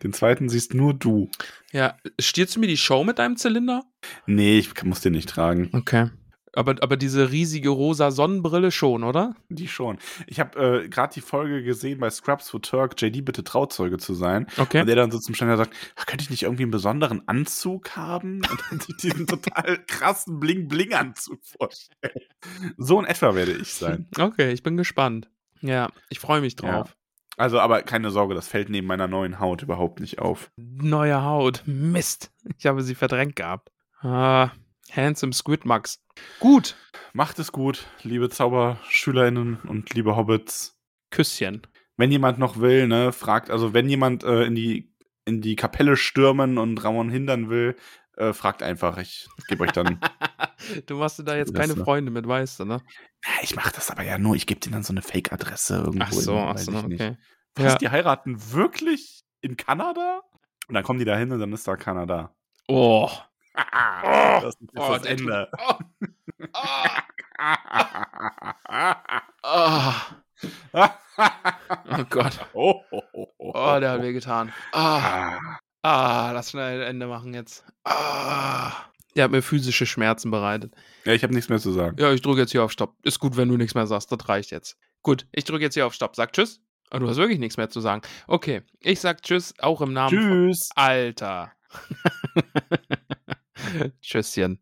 C: Den zweiten siehst nur du.
B: Ja, stierst du mir die Show mit deinem Zylinder?
C: Nee, ich kann- muss den nicht tragen.
B: Okay. Aber, aber diese riesige rosa Sonnenbrille schon, oder?
C: Die schon. Ich habe äh, gerade die Folge gesehen bei Scrubs, wo Turk JD bitte Trauzeuge zu sein.
B: Okay.
C: Und der dann so zum Ständer sagt, "Ach, könnte ich nicht irgendwie einen besonderen Anzug haben? Und dann sich diesen total krassen Bling-Bling-Anzug vorstellen. So in etwa werde ich sein.
B: Okay, ich bin gespannt. Ja, ich freue mich
C: Ja.
B: drauf.
C: Also, aber keine Sorge, das fällt neben meiner neuen Haut überhaupt nicht auf.
B: Neue Haut. Mist. Ich habe sie verdrängt gehabt. Ah, handsome Squid Max. Gut.
C: Macht es gut, liebe Zauberschülerinnen und liebe Hobbits.
B: Küsschen.
C: wenn jemand noch will, ne, fragt, also wenn jemand äh, in die in die Kapelle stürmen und Ramon hindern will, äh, fragt einfach. Ich gebe euch dann.
B: Du machst dir da jetzt
C: Das,
B: keine
C: ne?
B: Freunde mit, weißt du, ne?
C: Ja, ich mache das aber ja nur. Ich gebe denen dann so eine Fake-Adresse irgendwo.
B: Ach so,
C: hin,
B: ach
C: weiß
B: so,
C: ich nicht.
B: okay.
C: Was,
B: Ja.
C: die heiraten wirklich in Kanada? Und dann kommen die da hin und dann ist da Kanada.
B: Oh.
C: Ah, das ist
B: Oh,
C: das
B: der tut-
C: Ende.
B: Oh. Ah. Ah. Oh Gott.
C: oh, oh, oh, oh,
B: Oh, der hat wehgetan. Ah,
C: Ah,
B: ah, lass schnell ein Ende machen jetzt. Ah. Der hat mir physische Schmerzen bereitet.
C: Ja, ich habe nichts mehr zu sagen.
B: Ja, ich drücke jetzt hier auf Stopp. Ist gut, wenn du nichts mehr sagst. Das reicht jetzt. Gut, ich drücke jetzt hier auf Stopp. Sag Tschüss. Ah, du hast wirklich nichts mehr zu sagen. Okay, ich sag Tschüss, auch im Namen von
C: Tschüss.
B: Alter. Tschüsschen.